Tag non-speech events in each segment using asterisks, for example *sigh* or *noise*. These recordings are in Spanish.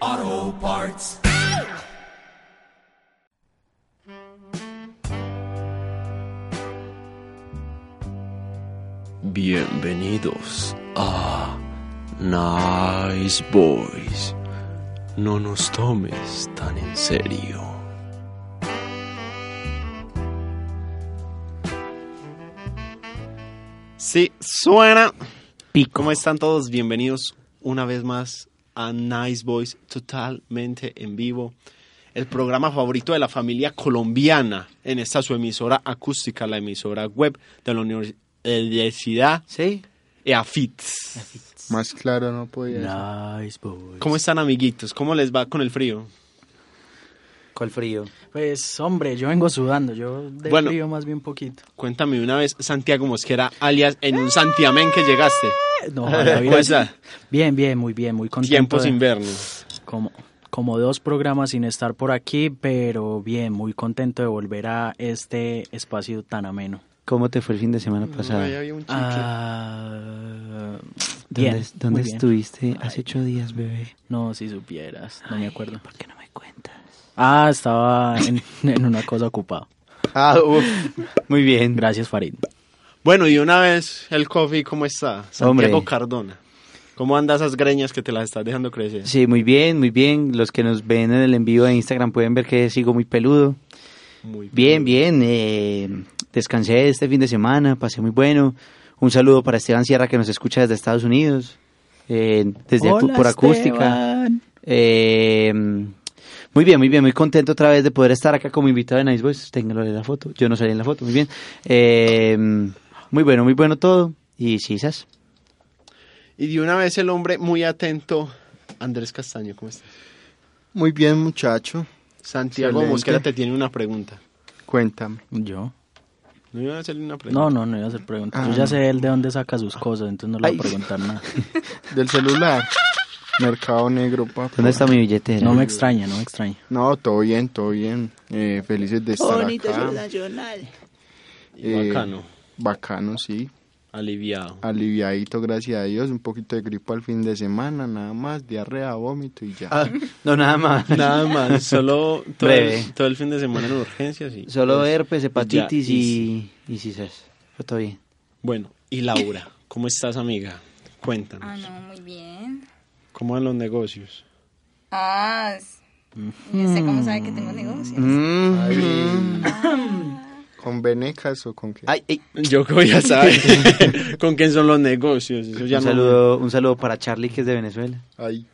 Auto Parts. Bienvenidos a Nice Boys. No nos tomes tan en serio. Sí, suena. ¿Cómo están todos? Bienvenidos una vez más a Nice Boys totalmente en vivo. El programa favorito de la familia colombiana en esta su emisora acústica, la emisora web de la Univers- Universidad Sí. EAFITS. Más claro no podía. ser. Nice boy. ¿Cómo están amiguitos? ¿Cómo les va con el frío? ¿Cuál frío? Pues, hombre, yo vengo sudando. Yo de Bueno. frío más bien *laughs* poquito. Cuéntame una vez, Santiago Mosquera, alias en un Santiamén que llegaste. *laughs* No, ojalá ¿Cómo hubiera- está? Bien, bien, muy bien, muy contento. Tiempos de- invernos. Como, como dos programas sin estar por aquí, pero bien, muy contento de volver a este espacio tan ameno. ¿Cómo te fue el fin de semana pasado? Ah, ¿Dónde, bien. dónde muy bien. estuviste hace ocho días, bebé? No, si supieras, no me acuerdo. ¿Por qué no me cuentas? Ah, estaba en, *laughs* en una cosa ocupada. Ah, Muy bien. Gracias, Farid. Bueno, y una vez, el coffee, ¿cómo está? Santiago Hombre. Cardona. ¿Cómo andan esas greñas que te las estás dejando crecer? Sí, muy bien, muy bien. Los que nos ven en el envío de Instagram pueden ver que sigo muy peludo. Muy Bien, bien. eh, descansé este fin de semana, pasé muy bueno. Un saludo para Esteban Sierra que nos escucha desde Estados Unidos, eh, desde acu- Hola, por acústica. Esteban. Eh, muy bien, muy bien, muy contento otra vez de poder estar acá como invitado en Nice Boys. Téngalo en la foto, yo no salí en la foto, muy bien. Eh, muy bueno, muy bueno todo. Y sisas. Y de una vez el hombre muy atento, Andrés Castaño, ¿cómo estás? Muy bien, muchacho. Santiago Excelente. Mosquera te tiene una pregunta. Cuéntame. Yo. ¿No iban a hacerle una pregunta? No, no, no iba a hacer preguntas. Ah, Yo ya no. sé él de dónde saca sus cosas, entonces no le voy Ay. a preguntar nada. *laughs* Del celular. Mercado Negro, papá. ¿Dónde está mi billetera? No me extraña, no me extraña. No, todo bien, todo bien. Eh, felices de estar acá. Y Eh, Bacano, Bacano, sí. aliviado. Aliviadito, gracias a Dios. Un poquito de gripa al fin de semana, nada más. Diarrea, vómito y ya. Ah. No, nada más. *laughs* Nada más, solo todo Breve. el, todo el fin de semana en urgencias. Y, Solo pues, herpes, hepatitis ya, y, y sisas. Pero todo bien. Bueno, y Laura, ¿cómo estás, amiga? Cuéntanos. Ah, no, muy bien. ¿Cómo van los negocios? Ah, s- yo sé cómo sabe que tengo negocios. Mm. ¿Con venecas o con qué? Ay, ay. Yo que voy *laughs* a saber con quién son los negocios. Eso ya Un, no- saludo, un saludo para Charlie, que es de Venezuela. Ay,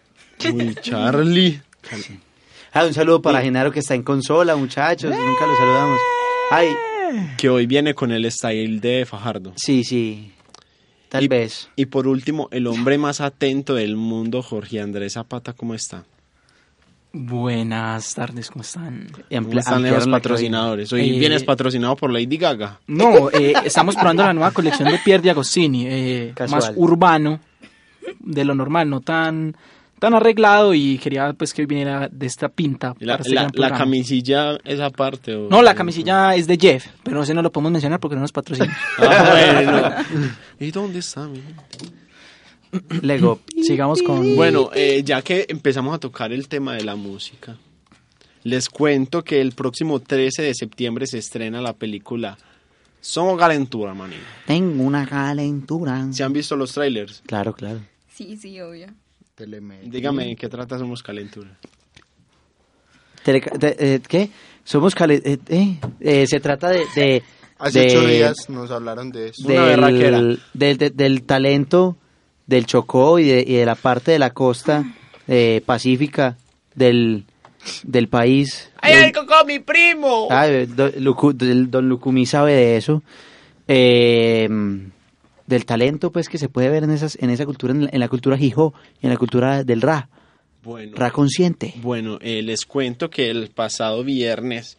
Uy, Charlie. Ah, un saludo para Genaro, que está en consola, muchachos. Nunca lo saludamos. Ay, Que hoy viene con el style de Fajardo. sí, sí. Tal Y- vez. Y por último, el hombre más atento del mundo, Jorge Andrés Zapata, ¿cómo está? Buenas tardes, ¿cómo están? ¿Cómo Amplia- están los ampliaron la patrocinadores? Hoy Eh, vienes patrocinado por Lady Gaga. No, eh, estamos probando la nueva colección de Pier Diagostini, eh, Casual. más urbano de lo normal, no tan tan arreglado y quería pues que hoy viniera de esta pinta. La, para este la- gran la programa. camisilla, esa parte. o- No, la camisilla es de Jeff, pero ese no lo podemos mencionar porque no nos patrocina. *laughs* Ah, bueno. ¿Y dónde está, mi gente? cadena. Lego. Sigamos con... Bueno, eh, ya que empezamos a tocar el tema de la música, les cuento que el próximo 13 de septiembre se estrena la película Somos Galentura, manito. Tengo una calentura. ¿Se han visto los trailers? Claro, claro. Sí, sí, obvio. telemed. Dígame, ¿de qué trata Somos Calentura? Tele- te- eh, ¿Qué? Somos calen... eh, eh, eh, se trata de... de Hace de- ocho días nos hablaron de eso. de- Una berraquera. del, del, de- del talento del Chocó y de, y de la parte de la costa eh, pacífica del, del país. ¡Ay, el Cocó, mi primo! don, Ah, Lucu- del- don Lucumí sabe de eso. Eh, del talento pues que se puede ver en esas en esa cultura en la, en la cultura Jijó y en la cultura del Ra Bueno. Ra consciente. Bueno, eh, les cuento que el pasado viernes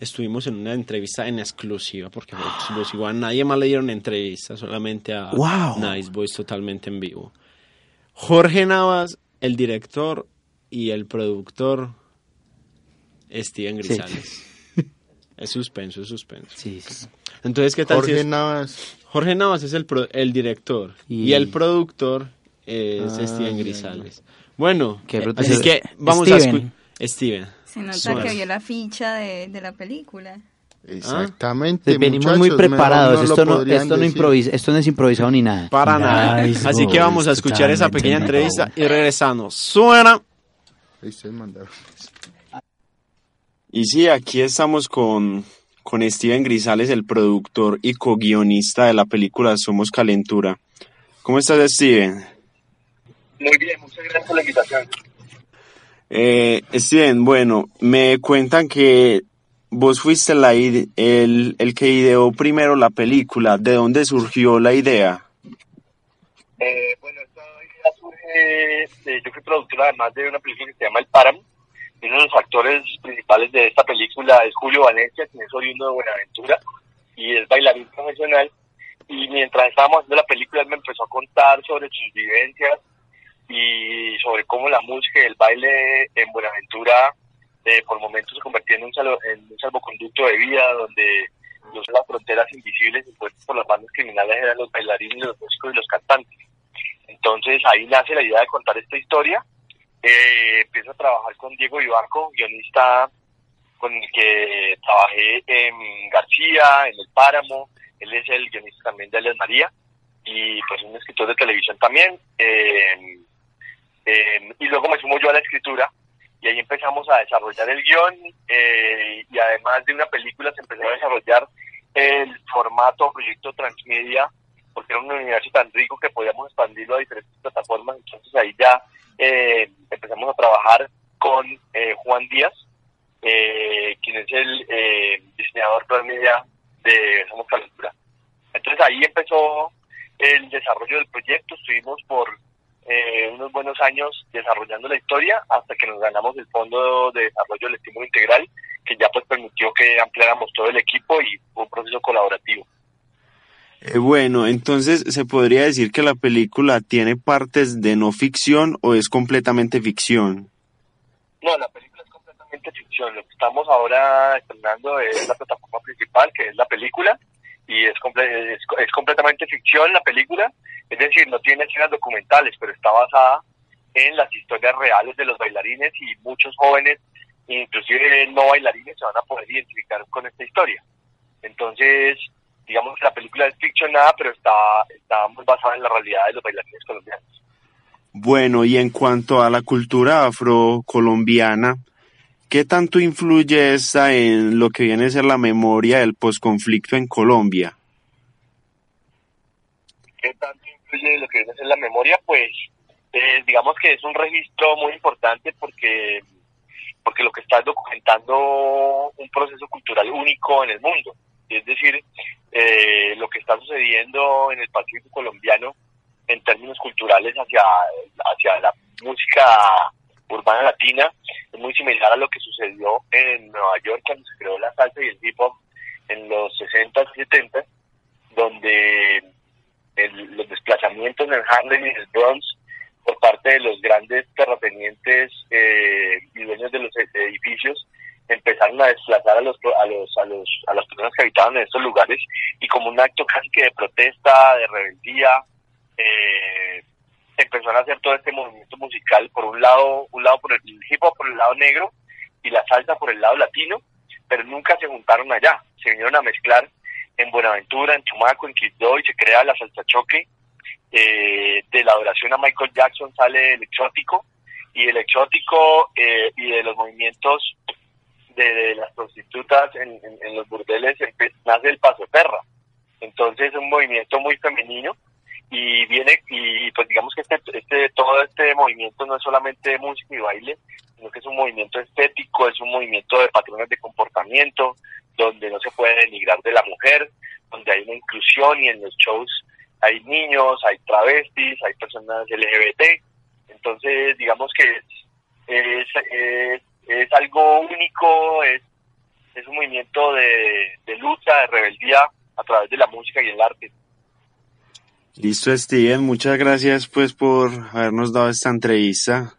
estuvimos en una entrevista en exclusiva, porque fue exclusiva, a nadie más le dieron entrevista, solamente a Wow. Nice Boys totalmente en vivo. Jorge Navas, el director y el productor, Steven Grisales. Es suspenso, es suspenso. Sí, sí. Entonces, ¿qué tal si Jorge es- Navas. Jorge Navas es el, pro- el director y... Y- el productor es Ah, ya, Steven ya. Grisales. Bueno, Qué eh, bruto. así es que vamos Steven. a... escu- Steven. Se nota Suena. ¿Ah? que vio la ficha de, de la película. Exactamente. Pues venimos muy muchachos, mejor preparados. lo esto, no, podrían esto, no decir. improvisa, esto no es improvisado ni nada. Para nada. Nice Así que boys, vamos a escuchar esa totalmente pequeña nice entrevista y regresando. Suena. Ahí ustedes mandaron. Y sí, aquí estamos con, con Steven Grisales, el productor y co-guionista de la película Somos Calentura. ¿Cómo estás, Steven? Muy bien, muchas gracias por la invitación. Eh, Steven, bueno, me cuentan que vos fuiste la ide- el, el que ideó primero la película. ¿De dónde surgió la idea? Eh, bueno, esta idea surge, eh, yo fui productora además de una película que se llama El Páramo. Y uno de los actores principales de esta película es Julio Valencia, quien es oriundo de Buenaventura y es bailarín profesional. Y mientras estábamos haciendo la película, él me empezó a contar sobre sus vivencias y sobre cómo la música y el baile en Buenaventura eh, por momentos se convertía en un, salo- en un salvoconducto de vida donde los, las fronteras invisibles impuestas por las bandas criminales eran los bailarines, los músicos y los cantantes. Entonces ahí nace la idea de contar esta historia. Eh, empiezo a trabajar con Diego Ibarco, guionista con el que trabajé en García, en El Páramo. Él es el guionista también de Alias María y pues un escritor de televisión también. Eh, eh, y luego me sumo yo a la escritura y ahí empezamos a desarrollar el guión eh, y además de una película se empezó a desarrollar el formato proyecto transmedia porque era un universo tan rico que podíamos expandirlo a diferentes plataformas entonces ahí ya eh, empezamos a trabajar con eh, Juan Díaz eh, quien es el eh, diseñador transmedia de Somos Calentura entonces ahí empezó el desarrollo del proyecto estuvimos por eh, unos buenos años desarrollando la historia hasta que nos ganamos el Fondo de Desarrollo del Estímulo Integral, que ya pues permitió que ampliáramos todo el equipo y fue un proceso colaborativo. Eh, bueno, entonces se podría decir que la película tiene partes de no ficción o es completamente ficción. No, la película es completamente ficción. Lo que estamos ahora estrenando es la plataforma principal, que es la película, y es, comple- es, es completamente ficción la película. Es decir, no tiene escenas documentales, pero está basada en las historias reales de los bailarines y muchos jóvenes, inclusive no bailarines, se van a poder identificar con esta historia. Entonces, digamos que la película es ficcionada, pero está, está muy basada en la realidad de los bailarines colombianos. Bueno, y en cuanto a la cultura afrocolombiana, ¿qué tanto influye esta en lo que viene a ser la memoria del posconflicto en Colombia? qué tanto influye lo que viene a ser la memoria, pues eh, digamos que es un registro muy importante porque porque lo que está es documentando un proceso cultural único en el mundo. Es decir, eh, lo que está sucediendo en el Pacífico colombiano en términos culturales hacia, hacia la música urbana latina es muy similar a lo que sucedió en Nueva York cuando se creó la salsa y el hip hop en los 60 y 70 donde el- los desplazamientos en Harlem y en el Bronx por parte de los grandes terratenientes eh, y dueños de los e- edificios empezaron a desplazar a los a los a los a las personas que habitaban en estos lugares y como un acto casi que de protesta de rebeldía eh, empezaron a hacer todo este movimiento musical por un lado un lado por el hip hop por el lado negro y la salsa por el lado latino pero nunca se juntaron allá se vinieron a mezclar en Buenaventura, en Tumaco, en Quibdó y se crea la salsa choque. Eh, de la adoración a Michael Jackson sale el exótico y del exótico eh, y de los movimientos de, de las prostitutas en, en- en los burdeles empe- nace el paso perra. Entonces es un movimiento muy femenino y viene y pues digamos que este, este todo este movimiento no es solamente de música y baile, sino que es un movimiento estético, es un movimiento de patrones de comportamiento, donde no se puede denigrar de la mujer, donde hay una inclusión y en los shows hay niños, hay travestis, hay personas LGBT. Entonces, digamos que es es, es, es algo único, es, es un movimiento de, de lucha, de rebeldía a través de la música y el arte. Listo, Steven. Muchas gracias pues por habernos dado esta entrevista.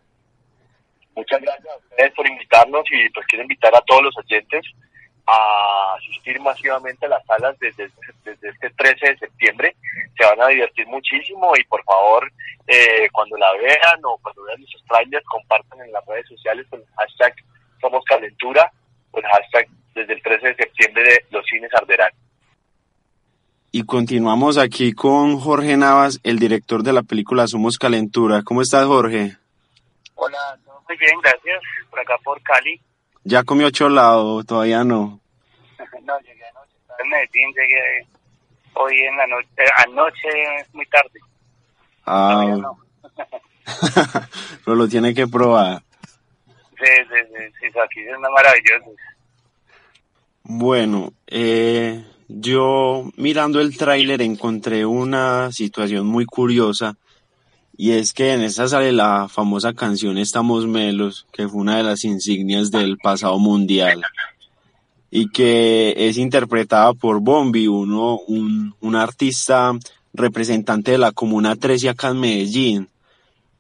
Muchas gracias a ustedes por invitarnos y pues quiero invitar a todos los oyentes a asistir masivamente a las salas desde, desde este 13 de septiembre. Se van a divertir muchísimo y por favor, eh, cuando la vean o cuando vean nuestros trailers, compartan en las redes sociales con el hashtag Somos Calentura o el hashtag desde el 13 de septiembre de Los Cines Arderán. Y continuamos aquí con Jorge Navas, el director de la película Somos Calentura. ¿Cómo estás, Jorge? Hola, todo muy bien, gracias. Por acá por Cali. ¿Ya comió cholado? Todavía no. *laughs* No, llegué anoche. Estaba en Medellín, llegué hoy en la noche, eh, anoche muy tarde. Ah, Todavía no. *laughs* pero lo tiene que probar. Sí, sí, sí, sí, aquí es una maravillosa. Bueno, eh, yo mirando el tráiler encontré una situación muy curiosa y es que en esta sale la famosa canción Estamos Melos, que fue una de las insignias del pasado mundial y que es interpretada por Bombi, uno, un, un artista representante de la Comuna 13 acá en Medellín.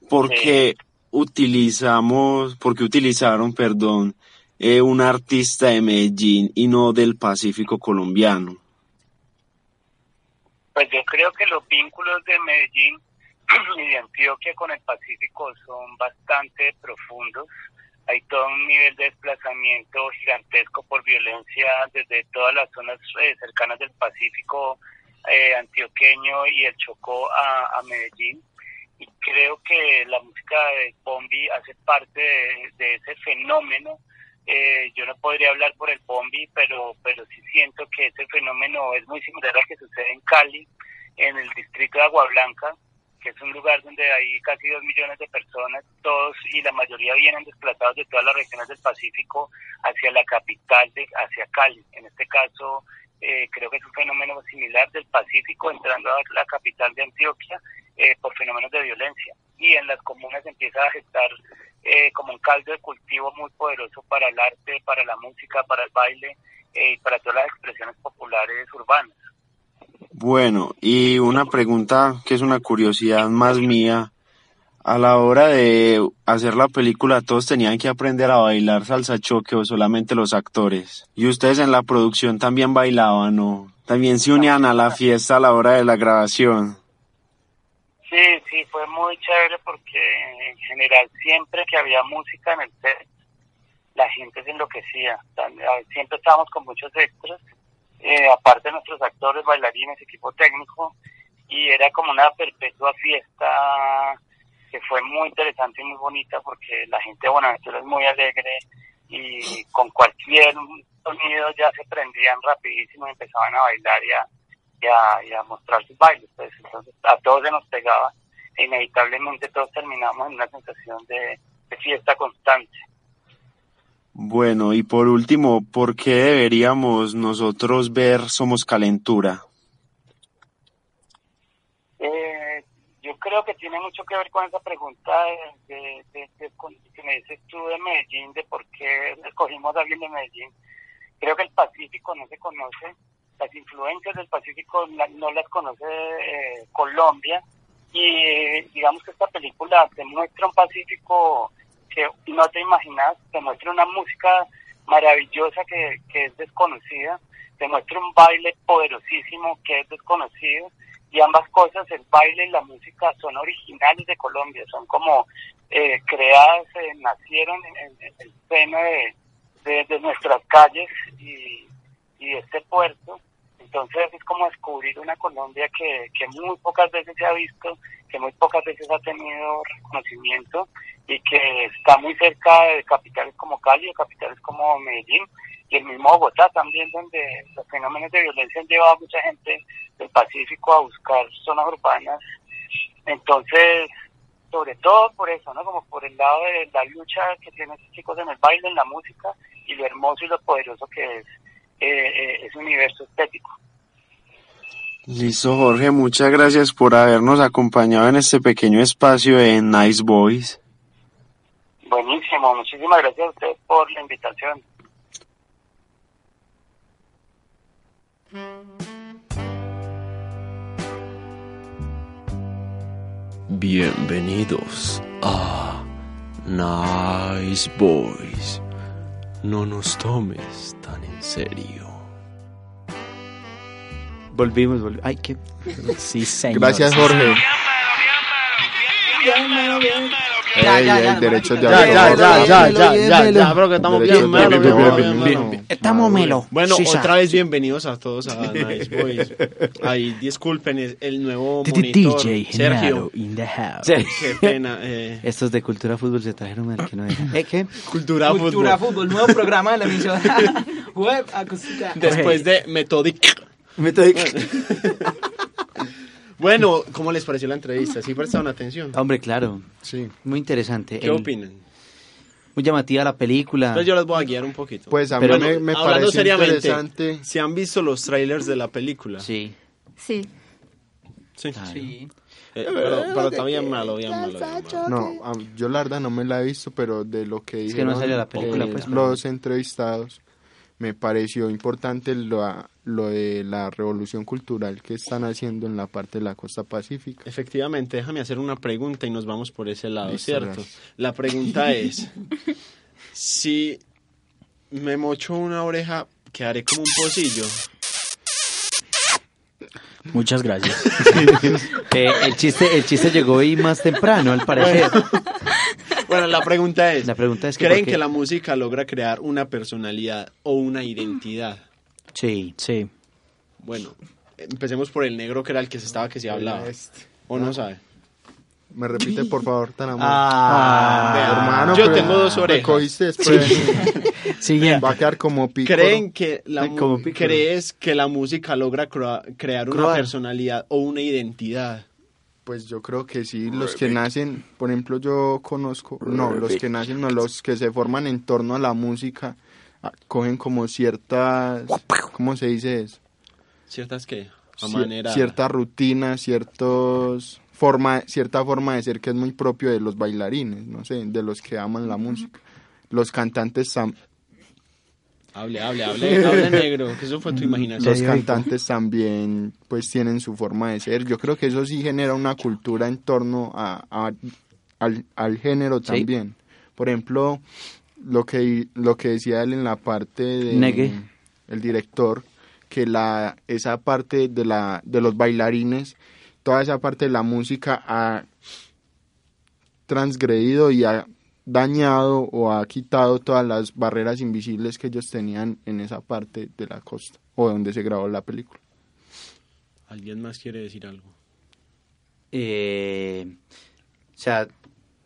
porque utilizamos, porque utilizaron, perdón, eh, un artista de Medellín y no del Pacífico colombiano? Pues yo creo que los vínculos de Medellín *clears throat* y de Antioquia con el Pacífico son bastante profundos. Hay todo un nivel de desplazamiento gigantesco por violencia desde todas las zonas eh, cercanas del Pacífico eh, antioqueño y el Chocó a, a Medellín. Y creo que la música de Bombi hace parte de, de ese fenómeno eh, yo no podría hablar por el Bombi, pero, pero sí siento que ese fenómeno es muy similar al que sucede en Cali, en el distrito de Agua Blanca, que es un lugar donde hay casi dos millones de personas, todos y la mayoría vienen desplazados de todas las regiones del Pacífico hacia la capital, de, hacia Cali. En este caso, eh, creo que es un fenómeno similar del Pacífico entrando a la capital de Antioquia eh, por fenómenos de violencia. Y en las comunas empieza a gestar eh, como un caldo de cultivo muy poderoso para el arte, para la música, para el baile eh, y para todas las expresiones populares urbanas. Bueno, y una pregunta que es una curiosidad más mía. A la hora de hacer la película, todos tenían que aprender a bailar salsa choque o solamente los actores. Y ustedes en la producción también bailaban o también se unían a la fiesta a la hora de la grabación. Sí, sí, fue muy chévere porque en general siempre que había música en el set, la gente se enloquecía. Tan- a- Siempre estábamos con muchos extras, eh, aparte de nuestros actores, bailarines, equipo técnico, y era como una perpetua fiesta que fue muy interesante y muy bonita porque la gente de Buenaventura es muy alegre y con cualquier sonido ya se prendían rapidísimo y empezaban a bailar y a, y a, y a mostrar sus bailes. Pues. Entonces a todos se nos pegaba e inevitablemente todos terminamos en una sensación de, de fiesta constante. Bueno, y por último, ¿por qué deberíamos nosotros ver Somos Calentura? Eh, yo creo que tiene mucho que ver con esa pregunta de, de- de- de- con- que me dices tú de Medellín, de por qué escogimos a alguien de Medellín. Creo que el Pacífico no se conoce, las influencias del Pacífico la- no las conoce eh, Colombia y eh, digamos que esta película te muestra un Pacífico que no te imaginas, te muestra una música maravillosa que, que es desconocida, te muestra un baile poderosísimo que es desconocido y ambas cosas, el baile y la música, son originales de Colombia, son como eh, creadas, eh, nacieron en, en- en el seno de, de- de nuestras calles y, y este puerto. Entonces es como descubrir una Colombia que, que muy pocas veces se ha visto, que muy pocas veces ha tenido reconocimiento y que está muy cerca de capitales como Cali, de capitales como Medellín y el mismo Bogotá también, donde los fenómenos de violencia han llevado a mucha gente del Pacífico a buscar zonas urbanas. Entonces, sobre todo por eso, ¿no? Como por el lado de la lucha que tienen estos chicos en el baile, en la música y lo hermoso y lo poderoso que es eh, eh, ese universo estético. Listo, Jorge, muchas gracias por habernos acompañado en este pequeño espacio en Nice Boys. Buenísimo, muchísimas gracias a ustedes por la invitación. Bienvenidos a Nice Boys. No nos tomes tan en serio. Volvimos, volvimos. Ay, qué. Sí, señor. Gracias, Jorge. Ya, Ey, ya, ey, ya, derechos ya, de ya, autor. ya, ya, ya, ya, ya, bro, que estamos Derechos bien, de melo, autor. bien, Bien, melo. bien, bien. Estamos melo. Bueno, Sí, sa. otra vez bienvenidos a todos a Nice Boys. Ahí, disculpen el- el nuevo monitor. DJ Genaro Sergio, in the house. Sí. qué pena. eh, Estos de cultura fútbol se trajeron al que *laughs* no era. ¿Eh, qué? Cultura, Cultura fútbol. Fútbol, *laughs* nuevo programa de la emisora web acústica. Después de Metodic. Bueno, *laughs* ¿cómo les pareció la entrevista? ¿Sí prestaron atención? Hombre, claro. Sí. Muy interesante. ¿Qué El- opinan? Muy llamativa la película. Entonces yo los voy a guiar un poquito. Pues a Pero mí me, me Hablando pareció seriamente, interesante. ¿se han visto los trailers de la película? Sí. Sí. Sí. Sí. Eh, pero, pero está bien malo, bien malo. bien malo. No, a- yo la verdad no me la he visto, pero de lo que Es dijeron que no salió la película, eh, pues, pero- los entrevistados, me pareció importante lo, lo de la revolución cultural que están haciendo en la parte de la costa pacífica. Efectivamente, déjame hacer una pregunta y nos vamos por ese lado, Listo, ¿cierto? gracias. La *laughs* pregunta es, si me mocho una oreja, ¿quedaré como un pocillo? Muchas *laughs* gracias. Eh, el, chiste, el chiste llegó hoy más temprano, al parecer. *laughs* Bueno, la pregunta es, La pregunta es que ¿creen por qué- que la música logra crear una personalidad o una identidad? Sí. Sí. Bueno, empecemos por el negro que era el que se estaba que se hablaba. Este. ¿O no sabe? Me repite, por favor, tan amable. Vea, hermano, Ah, yo pero- tengo dos me orejas. cogiste después. *laughs* Siguiente. Va a quedar como pico. ¿Creen que la, mu- Como pícaro. ¿Crees que la música logra crea- crear una Croar. personalidad o una identidad? Pues yo creo que sí, los que nacen, por ejemplo, yo conozco, no, los que nacen, no, los que se forman en torno a la música, ah, cogen como ciertas, ¿cómo se dice eso? ¿Ciertas que? A Cier- manera... Cierta rutina, ciertos forma, cierta forma de ser que es muy propio de los bailarines, no sé, de los que aman la música. Los cantantes, tam- Hable, hable, hable, hable negro, que eso fue tu imaginación. Mm, los cantantes también, pues tienen su forma de ser. Yo creo que eso sí genera una cultura en torno a, a- al, al género también. Por ejemplo, lo que lo que decía él en la parte de Negue. el director que la esa parte de la de los bailarines, toda esa parte de la música ha transgredido y ha dañado o ha quitado todas las barreras invisibles que ellos tenían en esa parte de la costa o donde se grabó la película. ¿Alguien más quiere decir *clears throat* algo? Eh, o sea,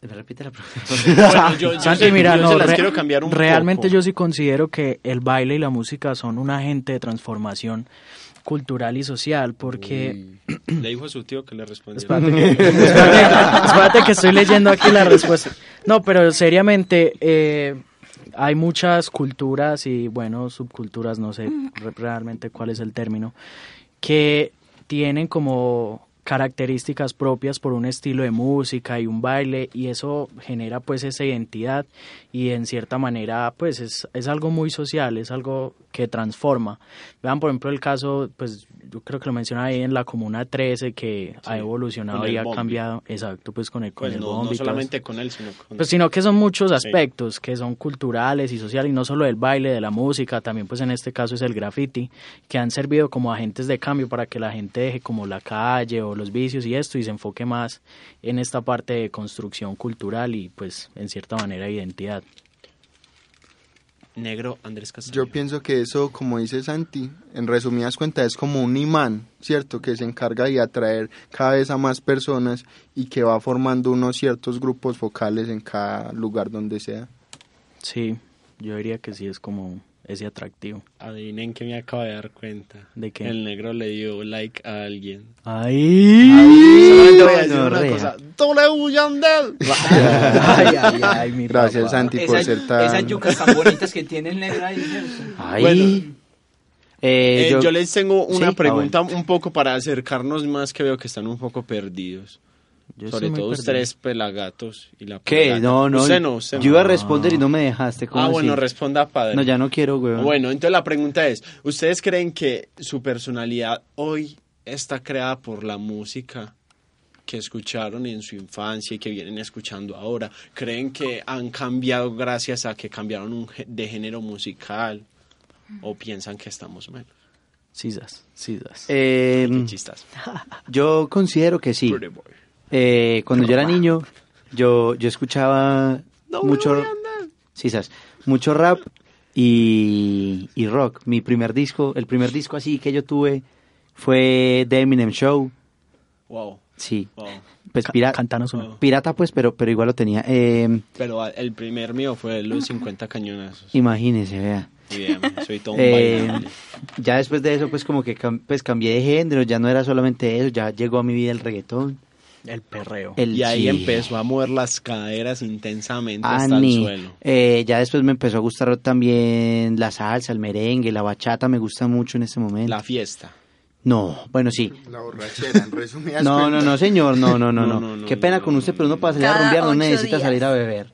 ¿me repite la pregunta? *laughs* Bueno, yo- yo Santi, sé- mira, yo no, se las re- quiero cambiar un realmente poco. yo sí considero que el baile y la música son un agente de transformación cultural y social, porque... Le dijo a su tío que le respondiera. Pues Espérate, *laughs* que- *laughs* espérate- espérate que estoy leyendo aquí la respuesta. No, pero seriamente, eh, hay muchas culturas y, bueno, subculturas, no sé re- realmente cuál es el término, que tienen como características propias por un estilo de música y un baile y eso genera pues esa identidad y en cierta manera pues es, es algo muy social, es algo que transforma. Vean por ejemplo el caso, pues yo creo que lo mencionaba ahí en la Comuna 13 que ha evolucionado con el y ha bombi. cambiado, exacto, pues con el, con Pues el no, bombi no y todo eso. solamente con él, sino con... Pues sino que son muchos Sí. aspectos que son culturales y sociales, y no solo del baile, de la música, también pues en este caso es el graffiti, que han servido como agentes de cambio para que la gente deje como la calle o los vicios y esto y se enfoque más en esta parte de construcción cultural y pues en cierta manera identidad. Negro Andrés Castillo. Yo pienso que eso, como dice Santi, en resumidas cuentas es como un imán, ¿cierto? Que se encarga de atraer cada vez a más personas y que va formando unos ciertos grupos focales en cada lugar donde sea. Sí, yo diría que sí es como ese atractivo. Adivinen que me acabo de dar cuenta. ¿De qué? El negro le dio like a alguien. ¡Ay! Solamente voy a decir una gonorrea. cosa. ¡W Yandel! *laughs* ay, ay, ay, mi Gracias, papá. Santi, por ser tan... Esas yucas tan bonitas que tiene el negro ahí. ¿cierto? Ahí. Bueno. Eh, Eh, yo... les tengo Sí, una ah, pregunta un poco para acercarnos más que veo que están un poco perdidos. Yo Sobre estoy muy todo perdido. ustedes pelagatos y la ¿Qué? pelagata. No, no. Usted no, usted yo iba a responder y no me dejaste. ¿cómo Ah, bueno, así? responda, padre. No, ya no quiero, weón. Bueno, entonces la pregunta es, ¿ustedes creen que su personalidad hoy está creada por la música que escucharon en su infancia y que vienen escuchando ahora? ¿Creen que han cambiado gracias a que cambiaron un gé- de género musical? ¿O piensan que estamos menos? Sisas, sisas. Eh, *laughs* yo considero que sí. Eh, cuando yo era niño, yo, yo escuchaba mucho, sí, sabes, mucho rap y, y rock. Mi primer disco, el primer disco así que yo tuve fue The Eminem Show. Wow. Sí. Wow. Pues pirata. Pirata, pues, pero, pero igual lo tenía. Eh, Pero ah, el primer mío fue los 50 cañonazos. imagínese, vea. Bien, soy todo un Eh, bailable. ya después de eso, pues como que cam- pues, cambié de género, ya no era solamente eso, ya llegó a mi vida el reggaetón. El perreo. El- y ahí sí. empezó a mover las caderas intensamente hasta el Ani. suelo. Eh, ya después me empezó a gustar también la salsa, el merengue, la bachata, me gusta mucho en este momento. La fiesta. No, bueno, sí. La borrachera, en resumidas No, no, cuentas. no, señor, no, no, *laughs* no, No, no. Qué pena con usted, pero uno para salir a Cada rumbear no ocho necesita días. salir a beber.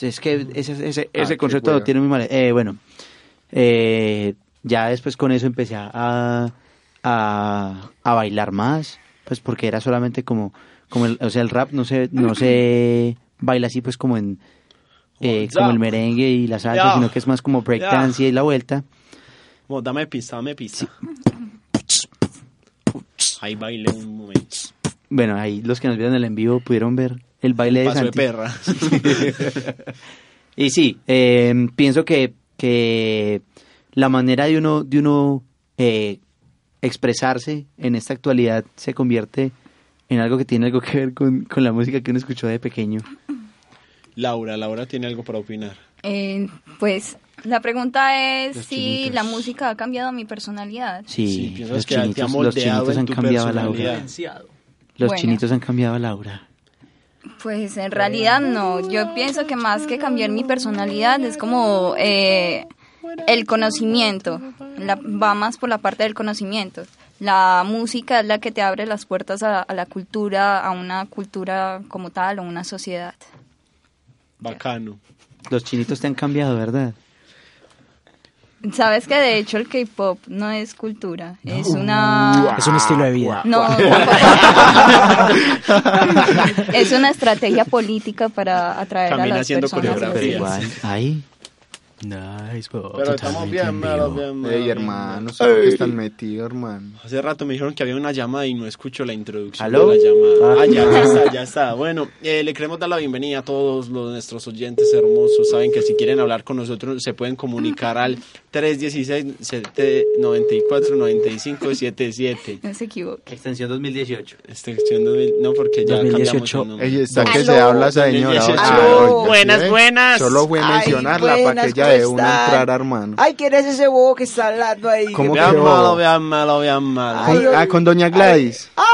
Es que ese, ese, Ah, ese qué concepto lo hueva. tiene muy mal. Eh, bueno, eh, ya después con eso empecé a, a, a bailar más, pues porque era solamente como, como el, o sea, el rap no se, no se *clears throat* baila así pues como en, eh, como el merengue y la salsa, Ya. sino que es más como breakdance y la vuelta. Vos dame pista, dame pista. Ahí bailé un momento. Bueno, ahí los que nos vieron el en vivo pudieron ver el baile de Paso de Santi. perra. *laughs* y sí, eh, pienso que, que la manera de uno, de uno eh, expresarse en esta actualidad se convierte en algo que tiene algo que ver con, con la música que uno escuchó de pequeño. Laura, Laura tiene algo para opinar. Eh, pues la pregunta es Los si chinitos. la música ha cambiado mi personalidad. Sí, Sí, piensas los que te ha chinitos, los moldeado chinitos en han tu cambiado a Laura. personalidad. Los Bueno. chinitos han cambiado a Laura. Pues en realidad no. Yo pienso que más que cambiar mi personalidad es como eh, el conocimiento. La- va más por la parte del conocimiento. La música es la que te abre las puertas a, a la cultura, a una cultura como tal, a una sociedad. Bacano. Los chinitos te han cambiado, ¿verdad? Sabes que de hecho el K-pop no es cultura, es una Es un estilo de vida. No, *laughs* tampoco. es una estrategia política para atraer Camina a las haciendo personas. coreografías. Pero igual, ahí. Nice, Pero estamos bien, mero, bien, mero, Ey, bien, hermano, mero. ¿sabes que están metidos, hermano? Hace rato me dijeron que había una llamada y no escucho la introducción ¿Aló? de la llamada. Ah. Ah, ya, ya *laughs* está, ya está. Bueno, eh, le queremos dar la bienvenida a todos los, nuestros oyentes hermosos. Saben que si quieren hablar con nosotros se pueden comunicar al 316-9495-77. No se equivoque. Extensión 2018. Extensión 2000, no, porque ya 2018. cambiamos el nombre. Ella está que se habla esa señora. 2018. oiga, Aló. oiga, ¿sí ve? Solo fue Ay, mencionarla para buenas, que ella ¿cómo de una están? entrara, hermano. Ay, ¿quién es ese bobo que está hablando ahí? ¿Cómo Que- que Vean bobo? malo, vean malo, vean malo. Ay, ah, con Doña Gladys. Ay,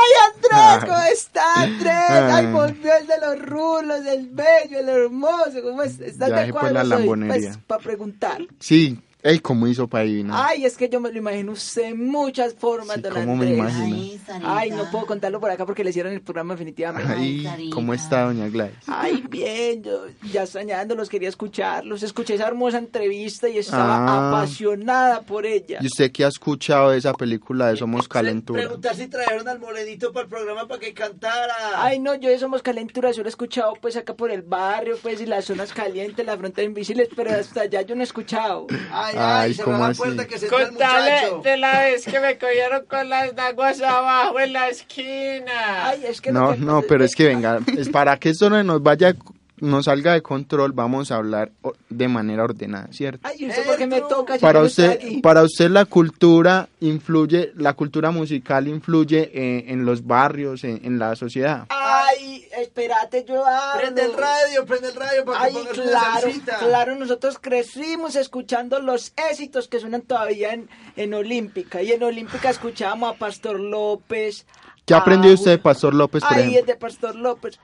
Andrés, ¿cómo está, Andrés? Ay, Ah. volvió el de los rulos, el bello, el hermoso. ¿Cómo es? ¿Estás Ya de se fue acuerdo? la Soy, lambonería. Pues, para preguntar. Sí, él cómo hizo para adivinar. Ay, es que yo me lo imagino usted en muchas formas, Sí, don ¿cómo me Andrés. imagino? Ay, no puedo contarlo por acá porque le hicieron el programa definitivamente. Ay, ¿cómo está Doña Gladys? Ay, bien, yo ya extrañándolos, quería escucharlos. Escuché esa hermosa entrevista y estaba Ah. apasionada por ella. ¿Y usted qué ha escuchado de esa película de Somos Calentura? Preguntar si trajeron al morenito para el programa para que cantara. Ay, no, yo de Somos Calentura solo he escuchado pues acá por el barrio, pues y las zonas calientes, las fronteras invisibles, pero hasta allá yo no he escuchado. ay, Ay, cerró ¿cómo la así? puerta que *laughs* Contale de la vez que me cogieron con las naguas abajo en la esquina. Ay, es que No, no, pero *laughs* es que venga, es para que esto no nos vaya, nos salga de control, vamos a hablar o- de manera ordenada, ¿cierto? Ay, ¿usted por qué me toca? Si Para yo no estoy usted, aquí? para usted la cultura influye, la cultura musical influye eh, en los barrios, en, en la sociedad. Ay, espérate, yo hablo. Prende el radio, prende el radio para que Ay, pongas una claro, salsita. claro, nosotros crecimos escuchando los éxitos que suenan todavía en, en Olímpica. Y en Olímpica escuchábamos a Pastor López. ¿Qué a- aprendió usted de Pastor López, por Ah, Ay, ejemplo? es de Pastor López.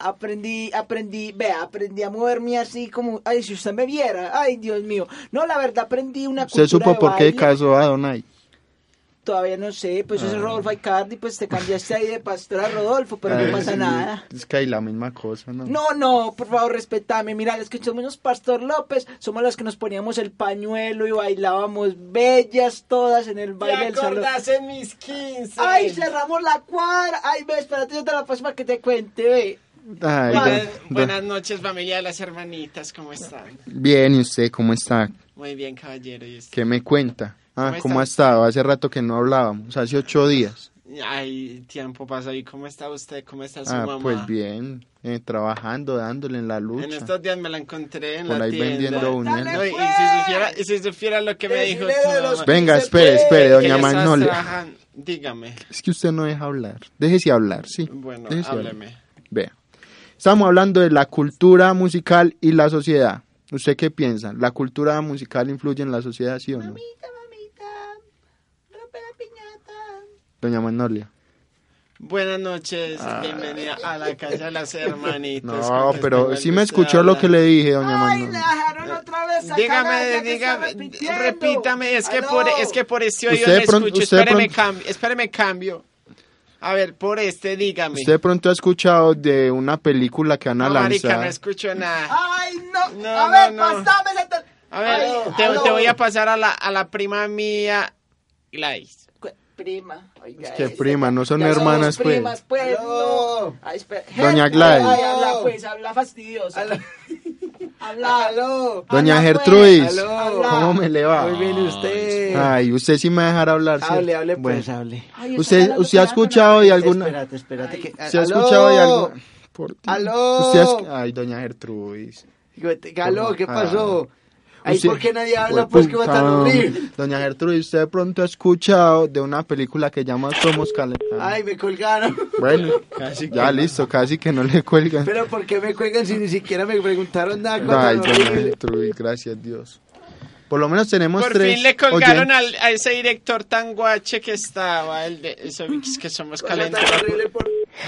Aprendí, aprendí, vea, aprendí a moverme así como, ay, si usted me viera, ay, Dios mío. No, la verdad, aprendí una ¿Usted cultura supo de por qué baile. casó a Donay? Todavía no sé, pues ese es Ah. Rodolfo Aicardi, pues te cambiaste ahí de pastor a Rodolfo, pero no Ay, pasa Ah, sí, nada. Es que hay la misma cosa, ¿no? No, no, por favor, respetame. Mira, los que somos los Pastor López, somos las que nos poníamos el pañuelo y bailábamos bellas todas en el baile del salón. acordás en mis 15? ¡Ay, cerramos la cuadra! ¡Ay, ve, espérate, yo te la próxima que te cuente, ve. Ay, Buenas, da- da- buenas noches, familia de las hermanitas, ¿cómo están? Bien, ¿y usted cómo está? Muy bien, caballero. ¿y usted? ¿Qué me cuenta? Ah, ¿Cómo ¿cómo ha estado? Hace rato que no hablábamos, hace ocho días. Ay, tiempo pasa. ¿Y cómo está usted? ¿Cómo está su Ah, mamá? pues bien, eh, trabajando, dándole en la En lucha. estos días me la encontré en Por la ahí tienda. vendiendo uñas. No, y, si supiera, y si supiera lo que me dijo su mamá. Venga, espere, espere, Que doña estás Magnolia. trabajando. Dígame. Es que usted no deja hablar. Déjese hablar, sí. Bueno, Déjese hablar. hábleme. Vea. Estamos hablando de la cultura musical y la sociedad. ¿Usted qué piensa? ¿La cultura musical influye en la sociedad, sí o no? Doña Magnolia. Buenas noches, bienvenida a la casa de las hermanitas. Ah. No, ¿Con qué pero tengo el sí me gusto de escuchó lo hablar? que le dije, doña Magnolia. Eh, Dígame, dígame, repítame, es que, por, es que por este oído Usted de no pronto- escucho, usted de espéreme, pronto- cambio, espéreme cambio. A ver, por este, dígame. Usted de pronto ha escuchado de una película que van a no, marica, no lanzar. escucho nada. ¡Ay, no! a ver, pasame ese A ver, Ay, te, aló. te voy a pasar a la, a la prima mía, Gladys. Prima, oiga. Que prima, no son Ya somos hermanas, pues. primas, pues. No. Ay, espera. Doña Gladys. Ay, habla, pues, habla fastidiosa. *laughs* Habla. Aló. Doña Habla, pues. Gertrudis, Aló. ¿cómo me le va? Muy bien, ¿y usted? Ay, usted sí me va a dejar hablar. ¿cierto? Hable, hable, pues, Bueno. hable. Ay, está ¿Usted, hablando usted ha con Ana, escuchado de alguna... Espérate, espérate. Que, ¿Usted ha escuchado de alguna... Por Dios. Aló. ¿Usted ha escu- Ay, doña Gertrudis. Aló, ¿qué Ah. pasó? Ay, Usted- ¿por qué nadie habla? Pues, Pues, que va tan puta, horrible. Doña Gertrudis, usted de pronto ha escuchado de una película que llama Somos Calentados. Ay, me colgaron. *laughs* Bueno, ya listo, casi que no le cuelgan. Pero ¿por qué me cuelgan si ni siquiera me preguntaron nada? cosa Ay, doña horrible? Gertrudis, gracias Dios. Por lo menos tenemos Por tres fin le colgaron oyentes. al, a ese director tan guache que estaba, el de eso, es que somos calientes.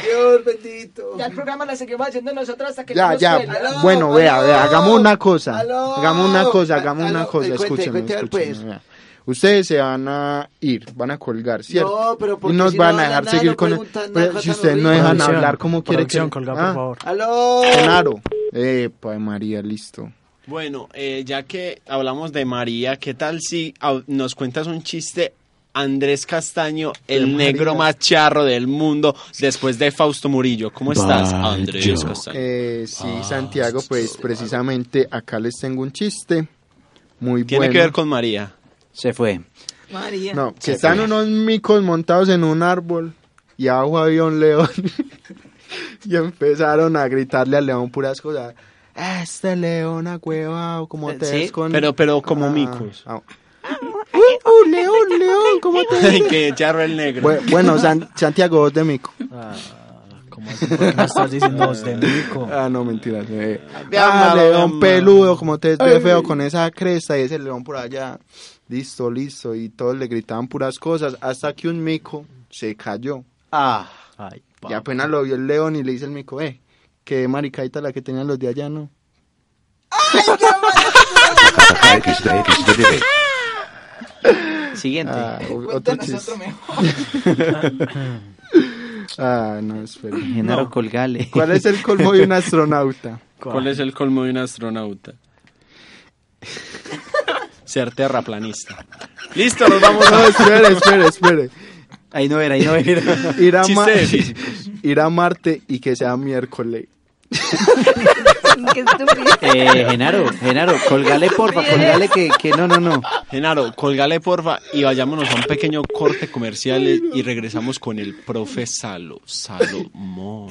Dios bendito. Ya el programa la seguimos haciendo nosotros hasta que no Ya, nos ya. suene. Aló. bueno, vea, vea, hagamos una cosa. Aló. Hagamos una cosa, hagamos Aló, una cosa. cuente, escúcheme, cuente, escúcheme, pues. vea. Ustedes se van a ir, van a colgar, ¿cierto? No, pero ¿por y qué nos si no van a hablan dejar nada, seguir no con el... preguntan Pero nada, si tan ustedes no horrible? dejan Producción, hablar, ¿cómo quiere que...? producción, colga, por favor. Aló. Claro. Epa, María, listo. Bueno, eh, ya que hablamos de María, ¿qué tal si au- nos cuentas un chiste? Andrés Castaño, el María. negro más charro del mundo, después de Fausto Murillo. ¿Cómo estás, Vaya. Andrés Castaño? Eh, sí, Santiago, pues precisamente acá les tengo un chiste muy Tiene bueno. que ver con María. Se fue. María. *laughs* No, que están unos micos montados en un árbol y abajo había un león. *laughs* y empezaron a gritarle al león puras cosas. Este león a hueva, como te ves con... Eh, Pero, pero como Ah, micos. ah. ¡Uh, uh, león, león! ¿Cómo te ves? Ay, que charro el negro. Bu- Bueno, San- Santiago, vos de mico. Ah, No estás diciendo *laughs* vos de mico. Ah, no, mentira. eh. Vean, *laughs* Ah, malo, vean, león peludo, como te ves de Ay. feo con esa cresta y ese león por allá. Listo, listo. Y todos le gritaban puras cosas hasta que un mico se cayó. Ah. Y apenas lo vio el león y le dice el mico, eh, que maricaita la que tenían los de allá, ¿no? *laughs* Siguiente. Ah, *laughs* o- otro Cuéntanos chiste. otro mejor. *laughs* ah, no, espera. Genaro, No. colgale. ¿Cuál es el *laughs* colmo de un astronauta? ¿Cuál es el colmo de un astronauta? Ser terraplanista. Listo, nos vamos a... No, espere, espere, espere. Ahí no era, ahí no era. *laughs* Ir a, Chiste Ma- *laughs* de ir a Marte y que sea miércoles. Qué estúpido. Eh, Genaro, Genaro, colgale porfa, colgale que, que no, no, no. Genaro, colgale porfa y vayámonos a un pequeño corte comercial y regresamos con el profe Salo, Salomón.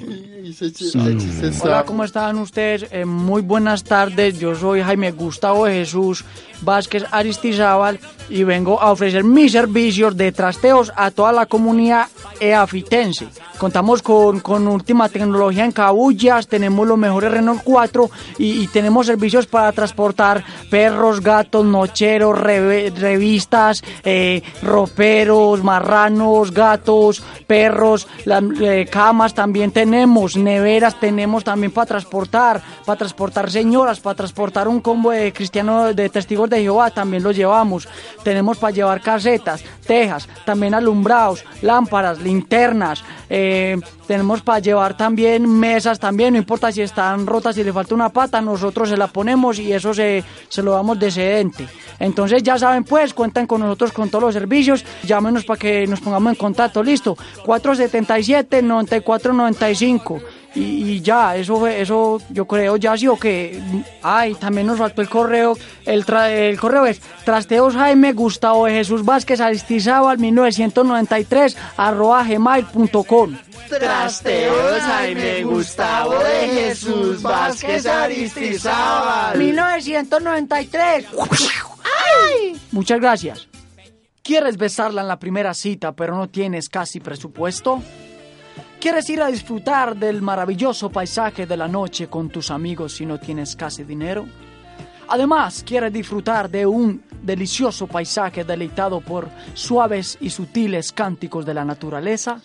Hola, ¿cómo están ustedes? Eh, muy buenas tardes, yo soy Jaime Gustavo Jesús Vázquez Aristizábal y vengo a ofrecer mis servicios de trasteos a toda la comunidad eafitense. Contamos con, con última tecnología en cabullas, tenemos los mejores Renault 4 y, y tenemos servicios para transportar perros, gatos, nocheros, reve- revistas, eh, roperos, marranos, gatos, perros, la- eh, camas también tenemos, neveras tenemos también para transportar, para transportar señoras, para transportar un combo de cristianos, de testigos de Jehová también los llevamos. Tenemos para llevar casetas, tejas, también alumbrados, lámparas, linternas. eh, tenemos para llevar también mesas también, no importa si están rotas, si le falta una pata, nosotros se la ponemos y eso se, se lo damos de sedente. Entonces ya saben pues, cuentan con nosotros con todos los servicios, llámenos para que nos pongamos en contacto, listo, 477-9495. Y, y ya, eso fue- eso yo creo, ya sí o que, ay, también nos faltó el correo, el, tra- el correo es trasteos Jaime Gustavo de Jesús Vázquez Aristizábal 1993 arroba gmail.com. Trasteos, Jaime Gustavo de Jesús Vázquez Aristizábal. 1993. ¡Ay! Muchas gracias. ¿Quieres besarla en la primera cita pero no tienes casi presupuesto? ¿Quieres ir a disfrutar del maravilloso paisaje de la noche con tus amigos si no tienes casi dinero? Además, quieres disfrutar de un delicioso paisaje deleitado por suaves y sutiles cánticos de la naturaleza.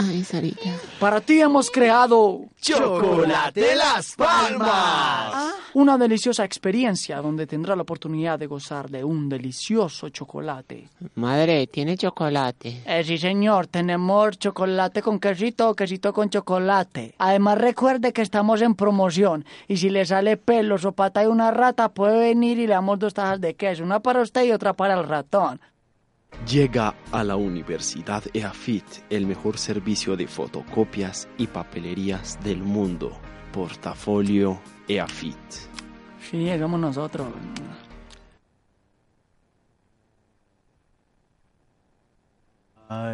Ay, Sarita. Para ti hemos creado Chocolate Las Palmas. Ah. una deliciosa experiencia donde tendrás la oportunidad de gozar de un delicioso chocolate. Madre, tiene *laughs* chocolate. Eh, sí, señor, tenemos chocolate con quesito o quesito con chocolate. Además, recuerde que estamos en promoción y si le sale pelos o pata de una rata, puede venir y le damos dos tajas de queso, una para usted y otra para el ratón. Llega a la Universidad E EAFIT el mejor servicio de fotocopias y papelerías del mundo. Portafolio E EAFIT. Sí, llegamos nosotros.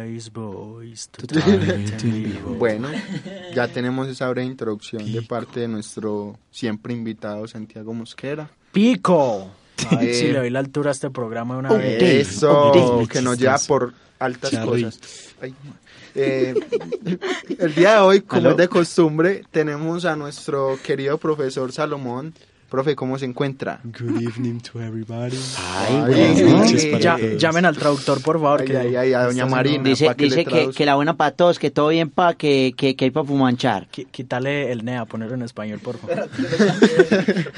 Ice Boys, Totalmente en vivo. Bueno, ya tenemos esa breve introducción de parte de nuestro siempre invitado Santiago Mosquera. Pico. A ver Eh, si le doy la altura a este programa de una Un vez. té, Eso, un té. que nos lleva por altas Charly. cosas. Ay, *laughs* Eh, *laughs* el día de hoy, como ¿Aló? es de costumbre, tenemos a nuestro querido profesor Salomón. Profe, ¿cómo se encuentra? Good evening to everybody. Ay, buenas noches para Ya- todos. llamen *laughs* al traductor, por favor. Ay, que ay, ay, a doña está Marina, haciendo- Dice, dice que, que la buena para todos, que todo bien pa, que, que, que hay para fumanchar. Qui- Quítale el NEA, ponerlo en español, por favor.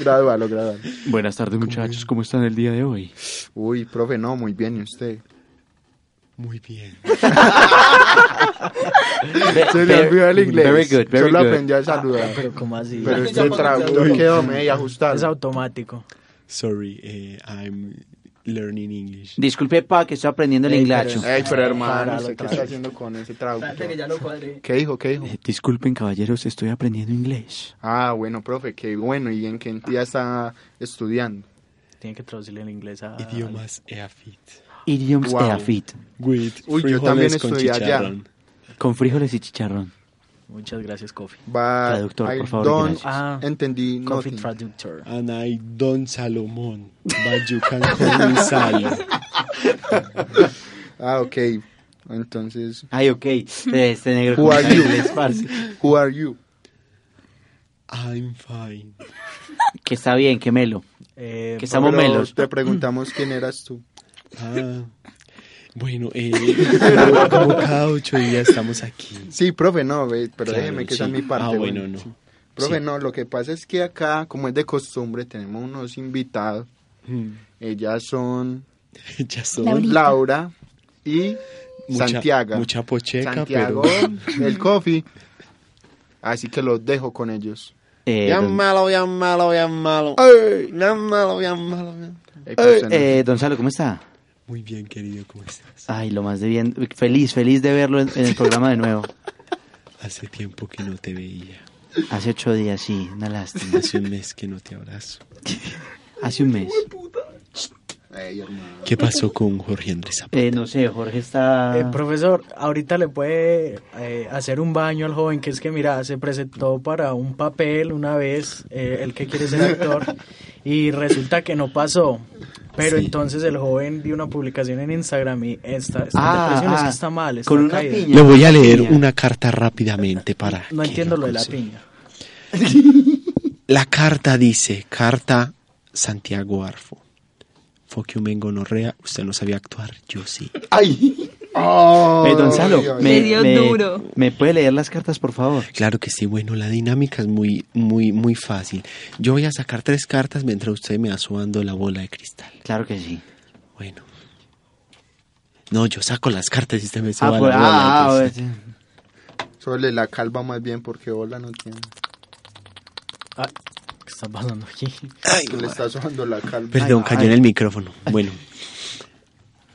Gradualo, gradualo. Buenas tardes muchachos, ¿cómo están el día de hoy? Uy, profe, no, muy bien, ¿y usted? Muy bien. Se le olvidó el inglés. Very good, very Solo good. aprendió a saludar. Ah, pero ¿cómo así? Pero este traductor quedó medio ajustado. Es automático. Sorry, eh, I'm learning English. Disculpe pa, que estoy aprendiendo el Ey, inglés. pero- ey, pero hermano, ¿usted qué está haciendo con ese traductor? *laughs* ¿Qué dijo, qué dijo? Eh, Disculpen caballeros, estoy aprendiendo inglés. Ah, bueno, profe, qué bueno. ¿Y en qué entidad está estudiando? Tiene que traducirlo en inglés a... Idiomas EAFIT. Idioms Wow. EAFIT. With Uy, yo frijoles también con estudié allá. chicharrón. Con frijoles y chicharrón. Muchas gracias, Kofi. Va, Traductor, I por favor, don't gracias. entendí Coffee nothing. Traductor. And I Don Salomón. But you can call me Salo. *laughs* Ah, ok. Entonces... Ay, *laughs* ok. Este negro Who con are you? inglés, parce. Who are you? I'm fine. Que está bien, que melo. Eh, que estamos pero melos. Te preguntamos quién eras tú. Ah, bueno, eh, como, como cada ocho días estamos aquí. Sí, profe, no, ve, pero Claro, déjeme que sí. esa es mi parte. Ah, bueno, no. sí. Profe, Sí. no, lo que pasa es que acá, como es de costumbre, tenemos unos invitados. Hmm. Ellas son... Ellas son- Laurita. Laura y Mucha- Santiago. mucha pocheca, Santiago, pero- el coffee. Así que los dejo con ellos. Eh, Ya don- malo, bien malo, bien malo. Ey. Bien malo, bien malo. bien- Eh, eh, don Salo, ¿cómo está? Muy bien, querido, ¿cómo estás? Ay, lo más de bien. Feliz, feliz de verlo en, en el programa de nuevo. *laughs* Hace tiempo que no te veía. Hace ocho días, sí, una lástima. Hace un mes que no te abrazo. *laughs* Hace un mes. ¿Qué pasó con Jorge Andrés Zapata? Eh, no sé, Jorge está... Eh, profesor, ahorita le puede eh, hacer un baño al joven que es que, mira, se presentó para un papel una vez, eh, el que quiere ser actor, y resulta que no pasó. Pero Sí. entonces el joven vio una publicación en Instagram y esta, esta Ah, depresión es ah, que está mal, está con una caída. piña. Le voy a leer una carta rápidamente para... No entiendo lo de la piña. La carta dice, carta Santiago Arfo. Foquium en gonorrea, usted no sabía actuar, yo sí. ¡Ay! Eh, don Salo, ay, ay. me, Me dio me- duro. ¿Me puede leer las cartas, por favor? Claro que sí, bueno, la dinámica es muy, muy, muy fácil. Yo voy a sacar tres cartas mientras usted me va subando la bola de cristal. Claro que sí. Bueno. No, yo saco las cartas y usted me Ah, suba pues, la bola. ah, de ah, cristal. Sobre la calva más bien porque bola no tiene. ¿Qué está pasando aquí? Que le está sobando la calva. Perdón, cayó en el micrófono. Bueno.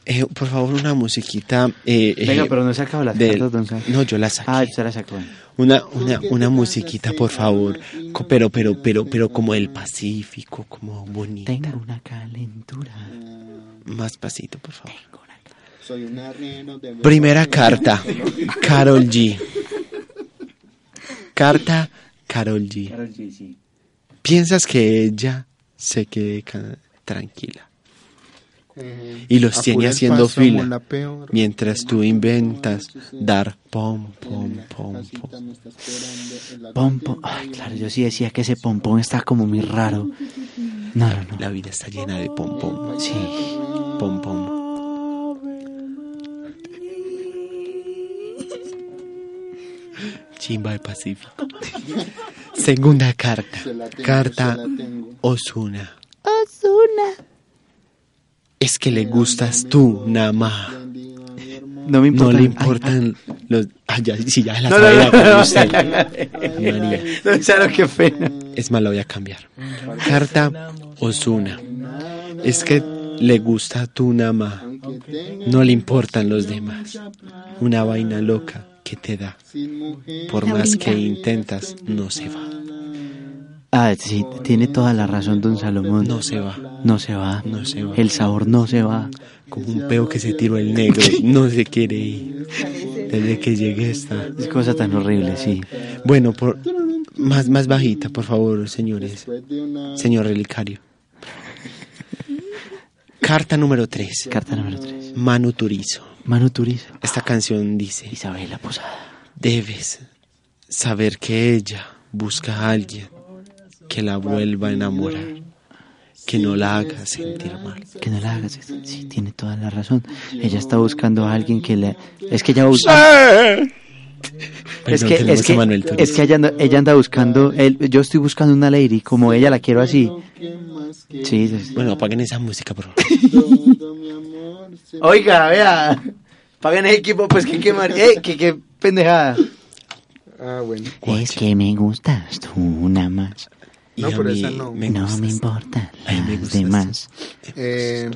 Eh, por favor, una musiquita. eh, eh, Venga, pero no se acabó las del- cartas, don Salo. No, yo las saqué. Ah, se las sacó. Una, una, una musiquita, por favor. Co- Pero, pero, pero, pero como el Pacífico, como bonita. Mm, Tengo una calentura. Más pasito, por favor. Soy un arriero de... Primera carta, Carol G. Carta, Carol G. Claro que sí. Piensas que ella se quede ca- tranquila. Y los tiene Apura el haciendo paso, fila. mola peor. Mientras tú inventas dar pom, pom, pom, pom. Pompo. Ay, claro, yo sí decía que ese pompón está como muy raro. No, no, no. La vida está llena de pom, pom. Sí. Pom, pom. Chimba del Pacífico. Segunda carta. Se la tengo, carta se la tengo. Osuna. Es que le gustas tú, Nama. No me importa. No le importan los. Ah, ya, sí, ya la No, no, sabía no, con no, usted. no, no, no. María. No, Saro, qué pena. Es más, la voy a cambiar. Carta Osuna. Es que le gusta tu Nama. No le importan los demás. Una vaina loca que te da. Por La más vida. que intentas, no se va. Ah, sí, tiene toda la razón, don Salomón. No se va. No se va. No se va. El sabor no se va. Como un peo que se tiró el negro. No se quiere ir. Desde que llegué esta. Es cosa tan horrible, sí. Bueno, por más, más bajita, por favor, señores. Señor Relicario. Carta número 3. Carta número 3. Manu Turizo. Manu Turizo. Esta canción dice: Isabela Posada. Debes saber que ella busca a alguien que la vuelva a enamorar. Que no la haga sentir mal. Que no la hagas. es- Sí, tiene toda la razón. Ella está buscando a alguien que le... Es que ella Sí. busca... Es Perdón, que, tenemos es que, a Manuel Turizo. es que ella, anda, ella anda buscando... él- yo estoy buscando una lady como ella, la quiero así. Sí, sí. Bueno, apaguen esa música, por favor. Oiga, vea. Paguen el equipo, pues que quemar. ¡Eh, que qué pendejada! Ah, bueno. Es que me gustas tú una más. No, pero esa no. no me importan las gustas. demás. Eh,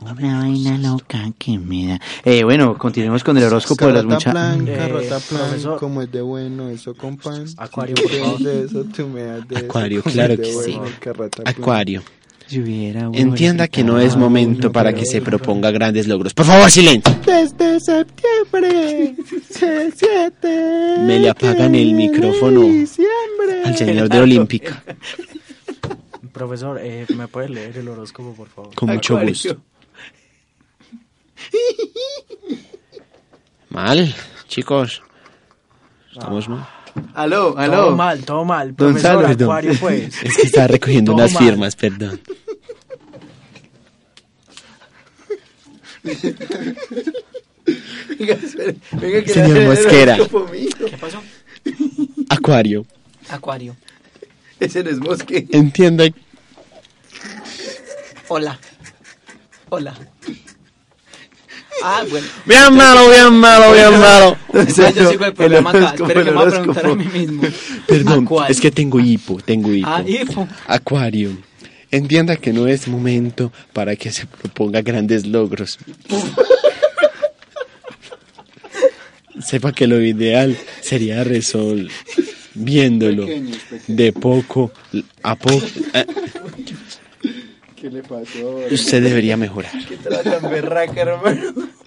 Una vaina loca que me da. Eh, bueno, continuemos con el horóscopo de las Carrota muchachas. blanca, Eh, rota plan, profesor. como es de bueno eso con pan. Acuario, Tú por me das favor. de eso, tú me das de eso, Acuario, como es claro de que sí. bueno el carrota plan. Acuario. Si hubiera una Entienda que no es felicidad. momento para que se proponga grandes logros. Por favor, silencio. Desde septiembre se siente. Me le apagan el micrófono al señor de Olímpica. Profesor, eh, ¿me puede leer el horóscopo, por favor? *laughs* Con mucho gusto. Eh, Mal, chicos. Estamos mal. Aló, aló. Todo mal, todo mal. Don Profesor, Salo, perdón. Acuario, pues. Es que estaba recogiendo Todo unas mal. firmas, perdón. Venga, espere, venga, que Señor la- *laughs* Mosquera. ¿Qué pasó? Acuario, Acuario. Ese no es Mosque. entienda Hola. Hola. Ah, bueno. Bien malo, bien malo, bien *laughs* *laughs* malo. Entonces, yo sigo el programa acá. horóscopo, Espero que me voy a el preguntar a mí mismo. *laughs* Perdón, Acuario. es que tengo hipo, tengo hipo. Ah, hipo. Acuario, entienda que no es momento para que se proponga grandes *laughs* logros. Sepa que lo ideal sería resolviéndolo Pequeños, pequeños. de poco a poco. Eh, *laughs* ¿Qué le pasó? Usted debería mejorar. berraca, hermano. *laughs*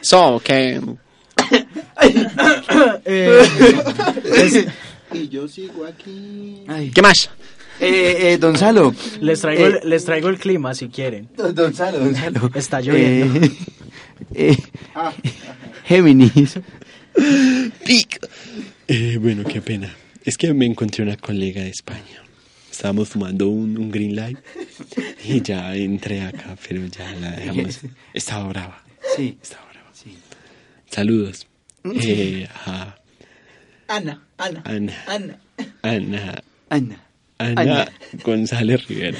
So, *coughs* que Eh, es- Eh, Y yo sigo aquí. ¿Qué más? Eh, eh, don Salo. Les traigo, Eh, el, les traigo el clima si quieren. Don Salo, don Salo. Está lloviendo. Ah. Eh, eh, Géminis. Eh, bueno, qué pena. Es que me encontré una colega de España. Estábamos fumando un, un green light y ya entré acá, pero ya la dejamos. Estaba brava. Sí. Mm. Estaba brava. Saludos. Eh, a Ana, Ana, Ana. Ana. Ana. Ana. Ana, Ana. González Rivera.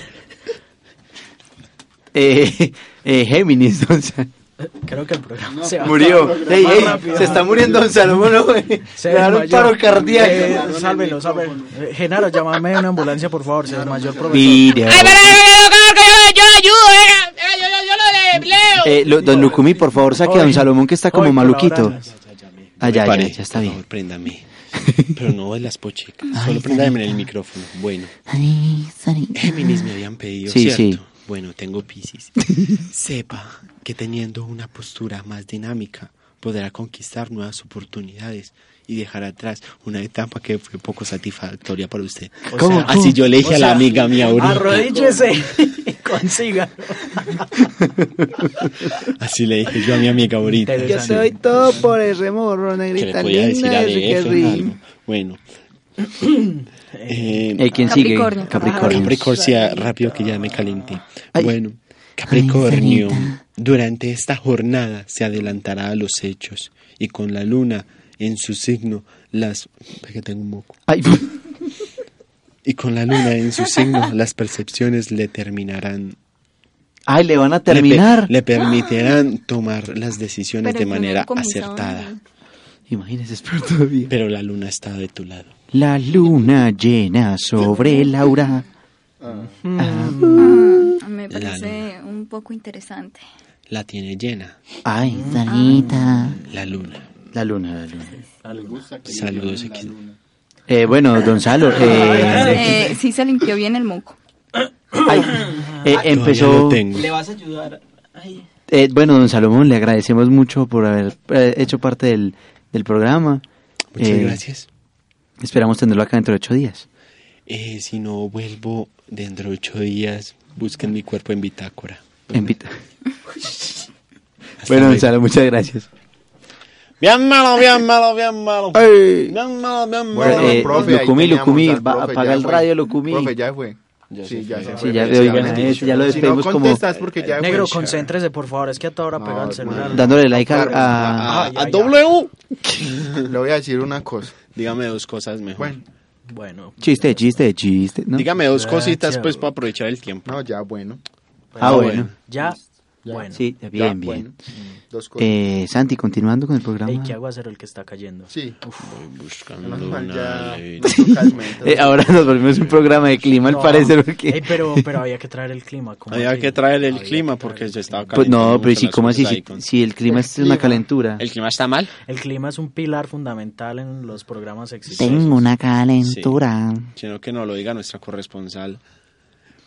Eh, eh, Géminis, *laughs* don Salo. Creo que el programa No, se va eh, murió. a- Ey, más ey, rápido. se está muriendo don Salomón, ¿no? Se Le daron desmayó. paro cardíaco. Eh, sálvelo, sálvelo. Eh, Genaro, llámame a una ambulancia, por favor. Se desmayó el profesor. Mira. yo le ayudo, eh, eh, yo, yo, yo lo de- leo. Eh, lo- don Lucumí, por favor, saque a don Salomón que está como maluquito. Allá, Ah, ya, Pare, ya está por bien. favor, *laughs* préndame. Pero no de las pochicas. Solo préndame en el micrófono. Bueno. Géminis me habían pedido, Sí, ¿cierto? sí. Bueno, *laughs* tengo Piscis. Sepa que teniendo una postura más dinámica podrá conquistar nuevas oportunidades y dejar atrás una etapa que fue poco satisfactoria para usted. O ¿Cómo, sea, cómo? Así yo le dije o a la sea, amiga mía ahorita. Arrodíllese y consiga. Así le dije yo a mi amiga ahorita. Yo soy todo por ese morro, que le negrita podía decir linda, a ese que ri- DF. Bueno. Eh, Eh, ¿quién sigue? Capricornio. Capricornio. Capricornio, rápido que ya me calenté. Bueno, Capricornio, durante esta jornada se adelantará a los hechos y con la luna en su signo las... Ve que tengo un moco. Y con la luna en *laughs* su signo las percepciones le terminarán... Ay, le van a le per- terminar. Le, permitirán tomar las decisiones Pero de yo no manera he comenzado acertada. Imagínese, espero todavía. Pero la luna está de tu lado. La luna llena sobre Laura. Ah, Me parece un poco interesante. La tiene llena. Ay, Sarita. La luna. La luna, la luna. Saludos X. Eh, bueno, don Salo, eh, Eh, sí se limpió bien el moco. eh, empezó... ¿Le vas a ayudar? Ay. Eh, bueno, don Salomón, le agradecemos mucho por haber eh, hecho parte del, del programa. Eh, Muchas gracias. Esperamos tenerlo acá dentro de ocho días. Eh, si no vuelvo dentro de ocho días, busquen mi cuerpo en bitácora. En Pita. bueno, don luego. Salomón, muchas gracias. Bien malo, bien malo, bien malo. Ey. Bien malo, bien malo. Bueno, Eh, profe, ahí Lucumí, teníamos Lucumí, al va- profe, apaga ya el fue. radio, Lucumí. Profe, ya fue. Sí, ya se Sí, fue. ya, Pues oigan, habían eh, dicho. ya lo despedimos si no como- contestas porque ya fue. Negro, concéntrese, por favor. Es que a toda hora pega el celular. Dándole like a- a- Ah, Ay, a ay, W. Le voy a decir una cosa. *laughs* Dígame dos cosas mejor. Bueno. Chiste, chiste, chiste. ¿no? Dígame dos Gracias. cositas pues para aprovechar el tiempo. No, ya bueno. Ah, bueno. Ya, bueno. Sí, Ya, bien, bueno. bien. Mm, Dos cosas. Eh, Santi, continuando con el Ey, programa. qué aguacero el que está cayendo. Sí. buscando mal, una ya- pues, *laughs* Eh, ahora nos volvemos un programa de clima, al No. parecer. Porque... Ey, pero, pero había que traer el clima. ¿cómo Había así? que traer el clima porque se estaba Pues caliente. no, pero si, ¿cómo así? Si, si el clima es una calentura. ¿El clima está mal? El clima es un pilar fundamental en los programas exitosos. Tengo una calentura. Sino que no lo diga nuestra corresponsal. *coughs*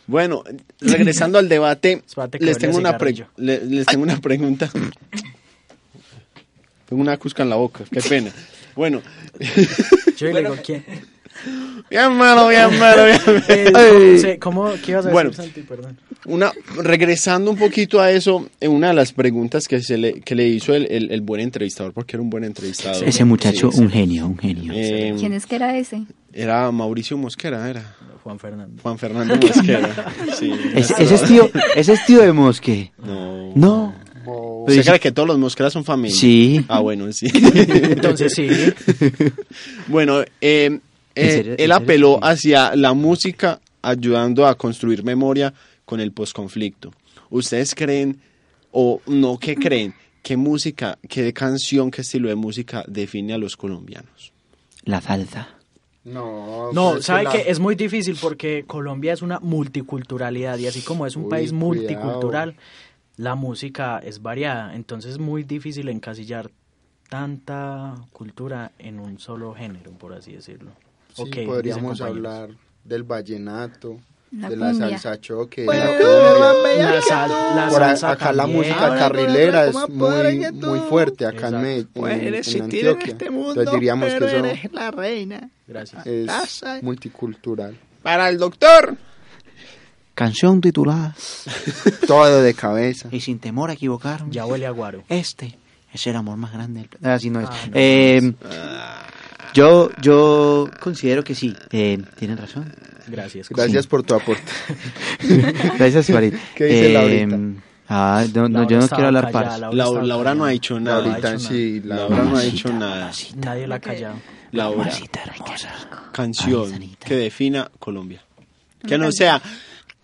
Bueno, regresando al debate, Espérate que les huele a tengo, una pre- cigarrillo. le- les tengo una pregunta. Tengo una cusca en la boca, qué pena. Bueno, Yo le digo, *laughs* ¿quién? Bien malo, bien malo, bien malo. *laughs* Eh, ¿cómo se- ¿Cómo? ¿Qué ibas a decir, Bueno. Santi? Perdón. una, regresando un poquito a eso, en una de las preguntas que, se le, que le hizo el, el- el buen entrevistador, porque era un buen entrevistador. Ese muchacho, Sí, sí. un genio, un genio. Eh, ¿Quién es que era ese? Era Mauricio Mosquera, era. Juan Fernando. Juan Fernando *laughs* Mosquera. sí. Ese, ese es tío, *laughs* ese es tío de Mosque. No. No. ¿Usted cree que todos los mosqueras son familia? Sí. Ah, bueno, sí. *laughs* Entonces sí. *laughs* Bueno, eh, eh, serio? ¿En él serio? apeló hacia la música ayudando a construir memoria con el posconflicto. ¿Ustedes creen o no qué creen? ¿Qué música, qué canción, qué estilo de música define a los colombianos? La salsa. No, No, pues, sabe la- que es muy difícil porque Colombia es una multiculturalidad y así como es un Uy, país cuidado. multicultural, la música es variada. Entonces es muy difícil encasillar tanta cultura en un solo género, por así decirlo. Sí, Ok, dicen podríamos compañeros. hablar del vallenato, La de la cumbia. salsa choque. Pues, la la cumbia. La sal- la Por a- salsa acá la también. música Ahora, carrilera es ¿cómo muy, podría muy tú? fuerte acá en, Med- Puedes en, en existir en Antioquia. este mundo, Entonces diríamos que pero eso eres la reina. Gracias. es Pasa. multicultural. Para el doctor. Canción titulada. Todo de cabeza. Y sin temor a equivocarme. Ya huele a guaro. Este es el amor más grande. del pla- Ah, sí, no es. Eh, Yo, yo considero que sí. Eh, tienen razón. Gracias. Gracias Sí. por tu aporte. *laughs* Gracias, Farid. *laughs* ¿Qué dice Laurita? Ah, no, no, yo no quiero hablar para. Laura, Laura no ha dicho nada. Laurita, sí, Laura no ha dicho nada. Nadie la ha callado. Laura. Canción que defina Colombia. Que no sea.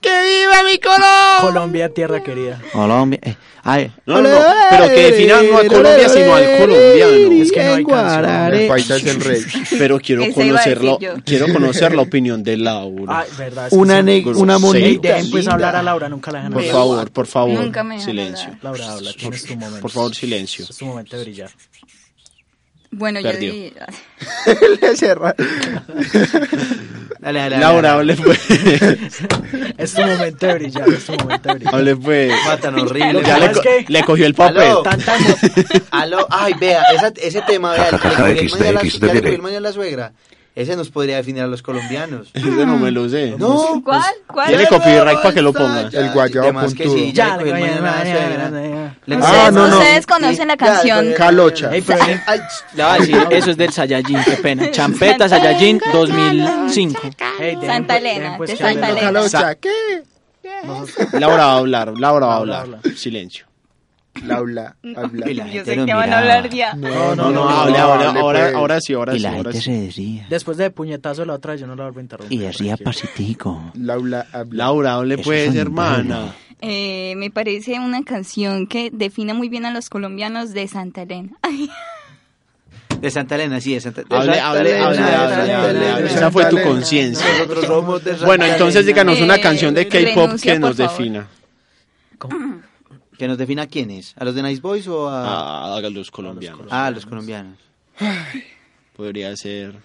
¡Que viva mi Colombia! Colombia, tierra querida. Colombia. eh, ay, No, no, no, pero que definan no a Colombia, sino al colombiano. Es que no hay canción. El paisa es el rey. *laughs* Pero quiero Ese iba a decir conocerlo, yo. *laughs* quiero conocer la opinión de Laura. Ah, verdad. es que Una son- ne- una Sí, monita. dejen, pues hablar a Laura, nunca la dejan Por hablar. favor, por favor. Nunca me dejan silencio. hablar. Laura, habla, tienes tu momento. Por favor, silencio. Es tu momento de brillar. Bueno, Perdió. *laughs* yo di- Le cerra. Dale, dale, Laura, dale. hable, pues. Es tu momento de brillar, es tu momento de brillar. Hable pues. Matan horrible. *laughs* Ya le, co- le cogió el papel. Aló. *laughs* Aló. Ay, vea, esa- ese tema, vea. el- el- el- el- el- el- el- el- el- el- el- el- el- el- la suegra. Ese nos podría definir a los colombianos. Ese no me lo sé. No. ¿Cuál? ¿Cuál? Tiene copyright para que lo ponga. El guayabo Además que sí, puntudo. ya le cogí el mañana a la suegra. Ah, Le- Ustedes- ustedes conocen la canción. Calocha. Ey, *laughs* pero- *laughs* Ay, Le voy a *laughs* decir, eso es del Saiyajin, qué pena. Champeta Saiyajin 2005. Santa Elena, pues, de Santa hablen. Elena. Calocha, ¿qué? Laura va a hablar, Laura va a hablar. Silencio. Laura, habla. Yo sé que van a hablar ya. No, no, pues. no, hable, hable, ahora, ahora sí, ahora y sí. la Ahora gente sí. se decía. Después de puñetazo la otra, yo no la vuelvo a interrumpir. *laughs* Y decía pasitico. Laura, habla. Laura, hable pues, hermana. Eh, me parece una canción que define muy bien a los colombianos de *laughs* Santa Elena. Ay, De Santa Elena, sí, de Santa de Hable, Santa hable, Elena, de hable, hable, Santa hable, Elena, hable. de Esa Santa fue tu Elena. conciencia. Nosotros somos de Santa Bueno, entonces Elena. díganos una Eh, canción de K-pop renuncia, que por nos favor. *laughs* defina. ¿Que nos defina a quiénes? ¿A los de Nice Boys o a...? A los colombianos. Ah, a los colombianos. Podría ser.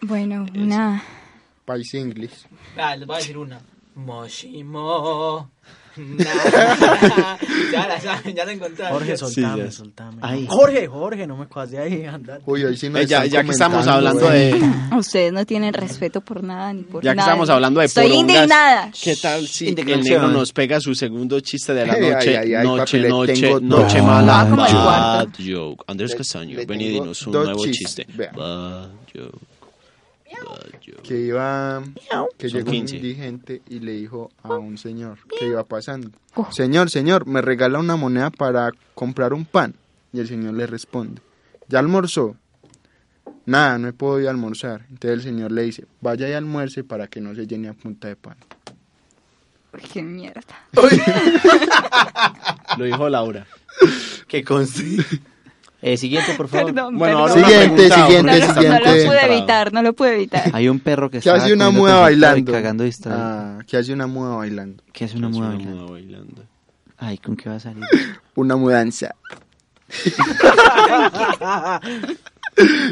bueno, una... Paisa inglés. Ah, les voy a decir una. Moshimo. ya la saben, ya la encontré. Jorge, soltame, ya. soltame. Ay. Jorge, Jorge, no me cojas de ahí, anda. Uy, hoy sí Eh, ya, ya que estamos hablando de. *laughs* Ustedes no tienen respeto por nada ni por Ya que nada. estamos hablando de Estoy porongas, indignada. ¿Qué tal si el Indignación. negro nos pega su segundo chiste de la Ay, noche? ay, ay, noche, papi, le noche, tengo noche dos. mala. Ah, como el Bad cuarto. joke. Andrés Le- Castaño, le ven y tengo dinos un dos nuevo chistes, chiste. Ah, vea. Bad joke. que iba que Son llegó un 15. indigente y le dijo a un señor que iba pasando Oh. señor señor me regala una moneda para comprar un pan y el señor le responde ya almorzó nada no he podido almorzar entonces el señor le dice vaya y almuerce para que no se llene a punta de pan Uy, Qué mierda. Lo *laughs* dijo Laura. Que conste. Eh, siguiente, por favor. Perdón, Bueno, perdón. ahora una Siguiente, pregunta, siguiente, No lo- siguiente. No lo pude evitar, no lo pude evitar. Hay un perro que que está... hace una comiendo muda café y bailando Cagando distraído. Ah, que hace una muda bailando ¿Qué hace una muda bailando? bailando. Ay, ¿con qué va a salir? *laughs* una mudanza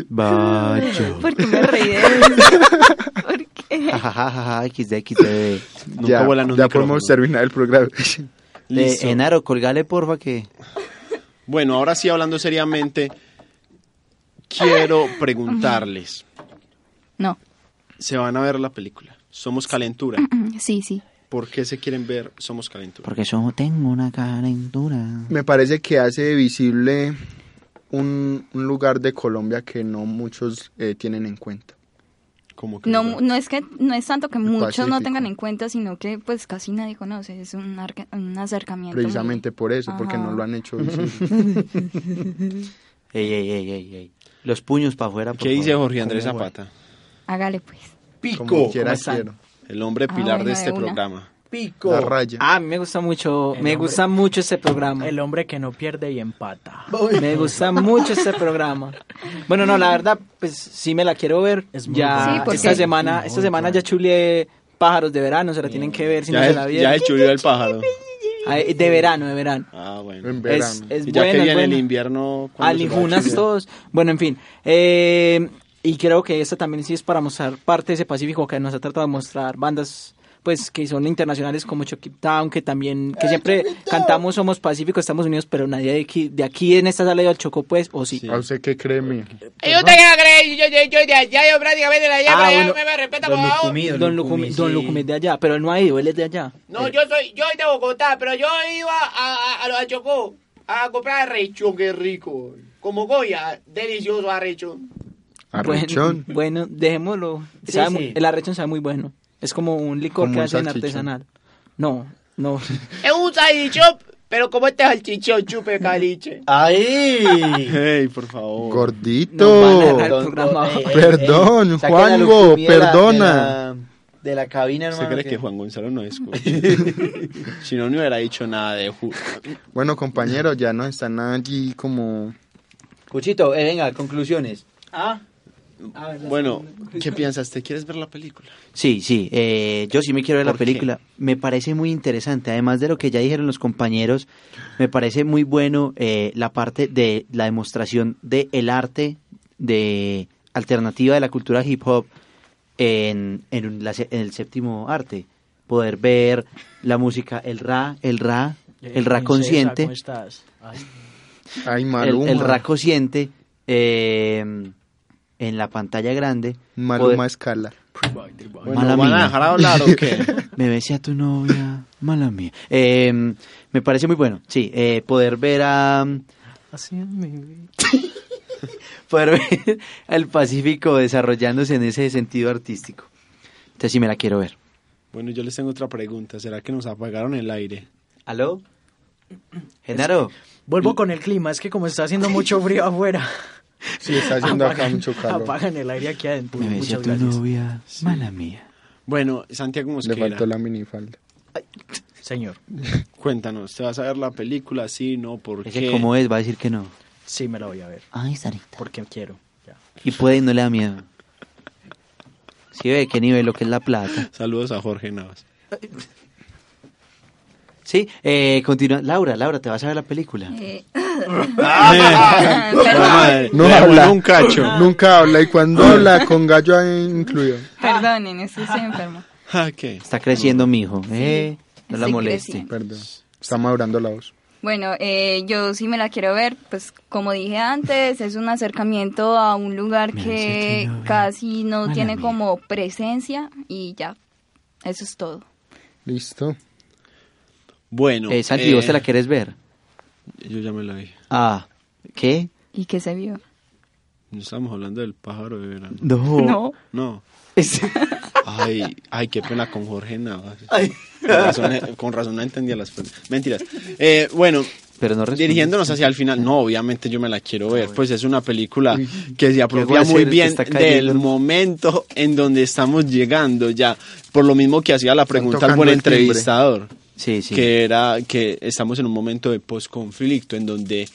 Bacho. ¿Por qué me *laughs* *laughs* reí de eso? ¿Por qué? Jajajaja, XD, *laughs* XD. ya, ya podemos terminar el programa Eh, Listo. Enaro, colgale, porfa, que... Bueno, ahora sí, hablando seriamente, quiero preguntarles. No. ¿Se van a ver la película? Somos Calentura. *clears throat* Sí, sí. ¿Por qué se quieren ver Somos Calentura? Porque yo tengo una calentura. Me parece que hace visible un, un lugar de Colombia que no muchos eh, tienen en cuenta. ¿Cómo No, mu- no es que no es tanto que muchos Pacífico. no tengan en cuenta, sino que pues casi nadie conoce. Es un, arca- un acercamiento. muy- Precisamente por eso, porque Ajá. no lo han hecho visible. Ujú. *laughs* Ey, ey, ey, ey, ey. Los puños para afuera. por ¿Qué dice favor. Jorge Andrés ¿Cómo va? Zapata? *laughs* Hágale pues. Pico. Como quiera, ¿Cómo están? quiero. El hombre Ah, pilar de bueno, este de una. programa. Pico. La raya. Ah, me gusta mucho, El me hombre- gusta mucho ese programa. El hombre que no pierde y empata. Me gusta mucho este programa. Bueno, no, la verdad, pues sí me la quiero ver. ya bueno. Sí, porque- esta semana, esta semana ya chuleé pájaros de verano, se la tienen que ver si no Ya, se la el, vieron. ya el chulo del pájaro. Ay, De verano, de verano. Ah, bueno. En Es, es Y ya buena, que es viene el buena. invierno. ¿cuándo se va a Alijunas chulear? todos. Bueno, en fin. Eh, y creo que esta también sí es para mostrar parte de ese Pacífico que nos ha tratado de mostrar bandas, pues que son internacionales como Chucky Town, que también, que siempre cantamos Somos Pacíficos, estamos unidos, pero nadie de aquí, de aquí en esta sala de Chocó, pues, o sí. ¿A usted qué cree, mía? Y usted que no cree, yo, yo, yo de allá, yo prácticamente de allá, Ah, para allá, bueno. me, me respeta, por favor. Don Lucumí, Don Lucumí es de allá, pero él no ha ido, él es de allá. No, yo soy, yo soy de Bogotá, pero yo iba a, a, a, los- a Chocó a comprar arrecho, qué rico. Como Goya, delicioso arrecho. Arrechón. *laughs* Bueno, bueno, dejémoslo. Sí, Sabe sí. muy- El arrechón sabe muy bueno. Es como un licor Como que un hacen salchichón. artesanal. No, *laughs* no. Es un salchichón, pero como este salchichón chupe caliche. ¡Ay! ¡Ey, por Nos favor! van a ¡Gordito! dejar el programa. Eh, Perdón, Saquen a Juango, Lucumí de la- perdona. de la- De la cabina, ¿Usted hermano. cree que- que Juan Gonzalo *laughs* no escucha? si no, no hubiera dicho nada de Ju- Bueno, compañeros, ya no están allí como... Cuchito, eh, venga, conclusiones. Ah. Bueno, ¿qué piensas? ¿Te quieres ver la película? Sí, sí, eh, yo sí me quiero ver la ¿Por qué? película. Me parece muy interesante, además de lo que ya dijeron los compañeros, me parece muy bueno eh, la parte de la demostración del el arte de alternativa de la cultura hip hop en, en un- la se- en el séptimo arte. Poder ver la música, el ra, el ra, Eh, el ra Princesa, consciente ¿Cómo estás? Ay. Ay, el, Maluma. el raco siente eh, en la pantalla grande. Maluma poder- escala. Bueno, Mala mía. *laughs* Me besé a tu novia, mala mía. Eh, me parece muy bueno, sí, eh, poder ver a... poder *laughs* ver al Pacífico desarrollándose en ese sentido artístico. Entonces sí me la quiero ver. Bueno, yo les tengo otra pregunta. ¿Será que nos apagaron el aire? ¿Aló? Genaro. Vuelvo con el clima, es que como está haciendo mucho *laughs* frío afuera. Sí, está haciendo acá mucho calor. Apagan el aire aquí adentro. Me besé a Muchas tu gracias. novia, mala mía. Bueno, Santiago Le Mosquera. faltó la minifalda. Señor. Cuéntanos, ¿te vas a ver la película? Sí, no, ¿por Ese qué? como es, va a decir que no. Sí, me la voy a ver. Ay, Sarita. Porque quiero. Y puede y no le da miedo. Si ve qué nivel lo que es la plata. Saludos a Jorge Navas. Sí, eh, continúa. Laura, Laura, ¿te vas a ver la película? Eh, Eh. Ah, No Le habla. devuelvo un cacho. Nunca habla. Y cuando habla, con gallo incluido. Perdonen, es que estoy enfermo. Ah, Está creciendo mi hijo. Eh, no la Estoy moleste. creciendo. Perdón. Está madurando la voz. Bueno, eh, yo sí me la quiero ver, pues como dije antes, es un acercamiento a un lugar que casi no Mala tiene mía. como presencia y ya, eso es todo. Listo. Bueno. Eh, Santi, ¿vos te la quieres ver? Yo ya me la vi. Ah, ¿qué? ¿Y qué se vio? No estamos hablando del pájaro de verano. No. No. No. Es- Ay, ay, qué pena con Jorge Navas. Con razón, eh, con razón no entendía las preguntas. Mentiras. Eh, bueno, Pero no respondiste. Ah, dirigiéndonos hacia el final, no, obviamente yo me la quiero ver. Pues es una película que se voy a apropia hacer? muy Te bien está cayendo del el- momento en donde estamos llegando ya. Por lo mismo que hacía la pregunta al tocando buen el timbre. entrevistador. Sí, sí. Que era que estamos en un momento de posconflicto en donde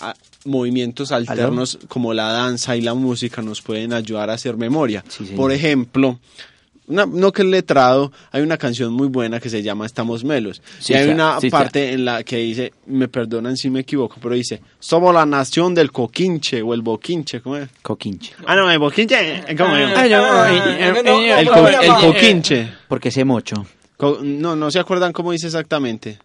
ah, movimientos alternos como la danza y la música nos pueden ayudar a hacer memoria. Por ejemplo, una- no que el letrado, hay una canción muy buena que se llama Estamos Melos. Sí, y hay ya, una sí, ya. parte en la que dice, me perdonan si me equivoco, pero dice, somos la nación del coquinche o el boquinche, ¿cómo es? Coquinche. Ah, no, el boquinche, ¿cómo es? Ah, no, eh, El no, co- ¿cómo se el llama? coquinche. Eh, Porque sé mucho. Co- No, no se acuerdan cómo dice exactamente.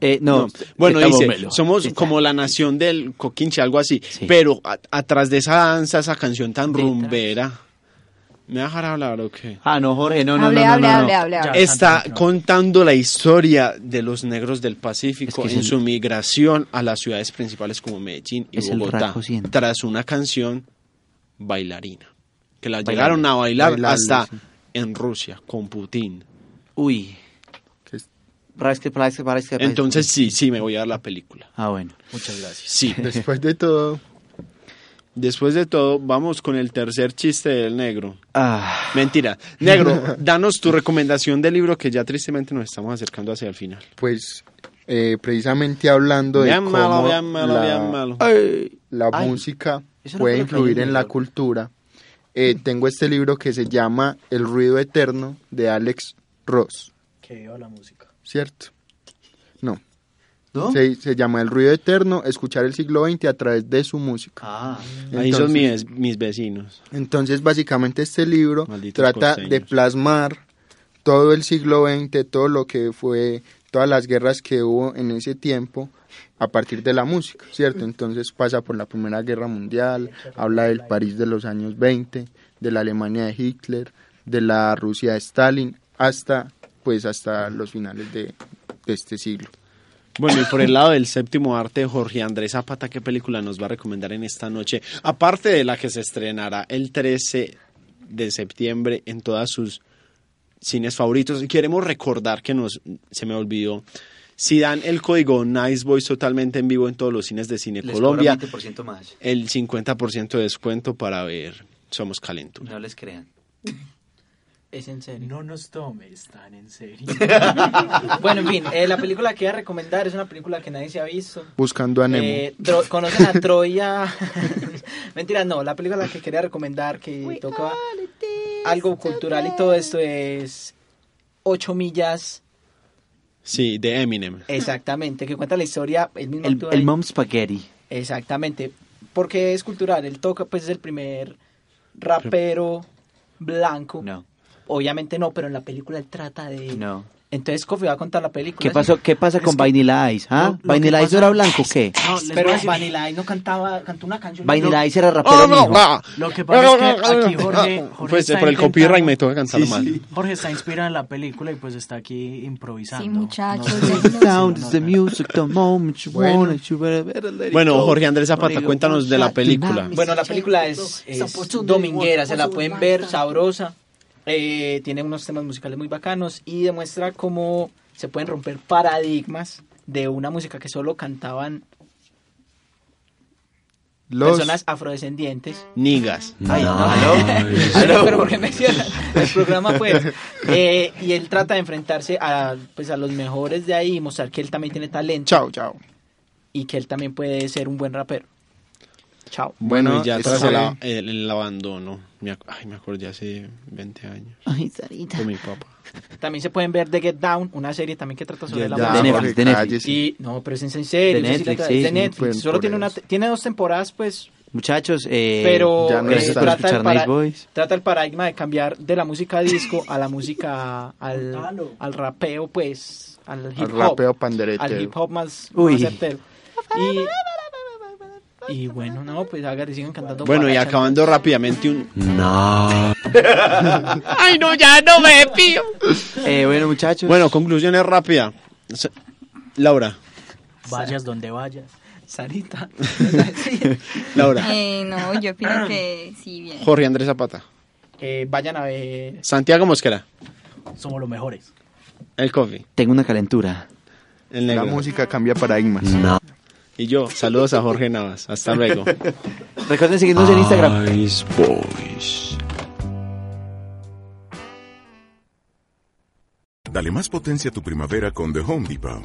Eh, no. Bueno, Estamos dice, melo. somos como la nación del coquinche, algo así. Pero a- atrás de esa danza, esa canción tan rumbera. ¿Me vas a dejar hablar o qué? Ah, no, Jorge, no, no, Hable, no, no, hable, no, no. hable, hable, hable. Está contando la historia de los negros del Pacífico Es que es en el- su migración a las ciudades principales como Medellín y Es el Bogotá. raco siente. Tras una canción bailarina. Que la Bailable. llegaron a bailar Bailable, hasta sí. en Rusia, con Putin. Uy. Parece que- parece que- parece que- parece que- Entonces sí, sí, me voy a dar la película. Ah, bueno. Muchas gracias. Sí. Después de todo, *laughs* Después de todo, vamos con el tercer chiste del negro. Ah. Mentira. Negro, danos tu recomendación del libro que ya tristemente nos estamos acercando hacia el final. pues, eh, precisamente hablando de Bien malo, cómo bien malo, la, bien malo. la Ay, música eso no puede fue lo que influir dije, en la Eduardo. cultura, eh, tengo este libro que se llama El ruido eterno de Alex Ross. Que viva la *laughs* música. ¿Cierto? No. ¿No? Se, se llama El ruido eterno, escuchar el siglo XX a través de su música. Ah. Ahí son mis, Entonces- mis vecinos. Entonces, básicamente este libro Malditos trata de costeños. plasmar todo el siglo XX, todo lo que fue, todas las guerras que hubo en ese tiempo a partir de la música, ¿cierto? Entonces pasa por la Primera Guerra Mundial, habla del París de los años 20, de la Alemania de Hitler, de la Rusia de Stalin, hasta pues hasta los finales de, de este siglo. Bueno, y por el lado del séptimo arte, Jorge Andrés Zapata, ¿qué película nos va a recomendar en esta noche? Aparte de la que se estrenará el 13 de septiembre en todas sus cines favoritos, queremos recordar que nos, se me olvidó, si dan el código Nice Boys totalmente en vivo en todos los cines de Cine Les Colombia, cobran 20% más. el 50% de descuento para ver Somos Calentura. No les crean. Es en serio. No nos tomes tan en serio. *laughs* bueno, en fin, eh, la película que voy a recomendar es una película que nadie se ha visto. Buscando a Nemo. Eh, Tro- ¿Conocen a Troya? *laughs* Mentira, no. La película que quería recomendar que toca algo cultural y todo esto es Ocho millas, Sí, de Eminem. exactamente, que cuenta la historia. El, mismo El, actúa el ahí. Mom Spaghetti. Exactamente. Porque es cultural. Él toca, pues es el primer rapero blanco. No. Obviamente no, pero en la película él trata de... No. Entonces Kofi va a contar la película. ¿Qué, ¿sí? pasó, ¿Qué pasa con Vanilla Ice? ¿ah? lo- lo ¿Vanilla que Ice no era blanco o qué? No, les pero Vanilla Ice no cantaba, cantó una canción. Vanilla No. Ice era rapero, mijo. Lo que pasa es que aquí Jorge, Jorge Pues está por el intentando- copyright me toca cantarlo mal. Jorge está inspirado en la película y pues está aquí improvisando. Sí, muchachos. Sound is the music, the moment you Bueno. want it, you better- better let it Bueno, go. Jorge Andrés Zapata, Marico, cuéntanos de la película. Bueno, la película es, es dominguera, se la pueden ver, sabrosa. Eh, tiene unos temas musicales muy bacanos y demuestra cómo se pueden romper paradigmas de una música que solo cantaban Los- personas afrodescendientes. Nigas. Ay, no. *laughs* ¿Aló? Pero ¿por qué me cierran el programa, pues? Eh, y él trata de enfrentarse a, pues, a los mejores de ahí y mostrar que él también tiene talento. Chao, chao. Y que él también puede ser un buen rapero. Chao. Bueno, y ya esta tras fue- el, a- el- el abandono, me ac- ay, me acordé hace 20 años Ay, Sarita. de mi papá. También se pueden ver The Get Down, una serie también que trata sobre Get la Down, música. De Netflix, de Netflix. Ah, cállese. Y, no, pero es en serio. De sí, sí, Netflix, la- sí, de sí, Netflix. pueden Solo por tiene, una, tiene dos temporadas, pues. Muchachos, eh, pero ya no eh, están trata, el escuchar para- Nice Boys. trata el paradigma de cambiar de la música disco a la música al, al rapeo, pues. Al hip hop. rapeo panderetero. Al hip hop más, Uy. más certero. Y, y bueno, no, pues hagan y sigan cantando. Bueno, y guaracha. acabando rápidamente un... No. Ay, no, ya no me pío. Eh, bueno, muchachos. Bueno, conclusiones rápidas. Se- Laura, Vayas donde vayas. Sarita. *laughs* Laura, Eh, no, yo opino que sí, bien. Jorge Andrés Zapata, Eh, vayan a ver. Santiago Mosquera, Somos los mejores. el coffee, Tengo una calentura. el negro. La música cambia paradigmas. Y yo, saludos a Jorge Navas. Hasta luego. *laughs* Recuerden seguirnos en Instagram. Nice Boys. Dale más potencia a tu primavera con The Home Depot.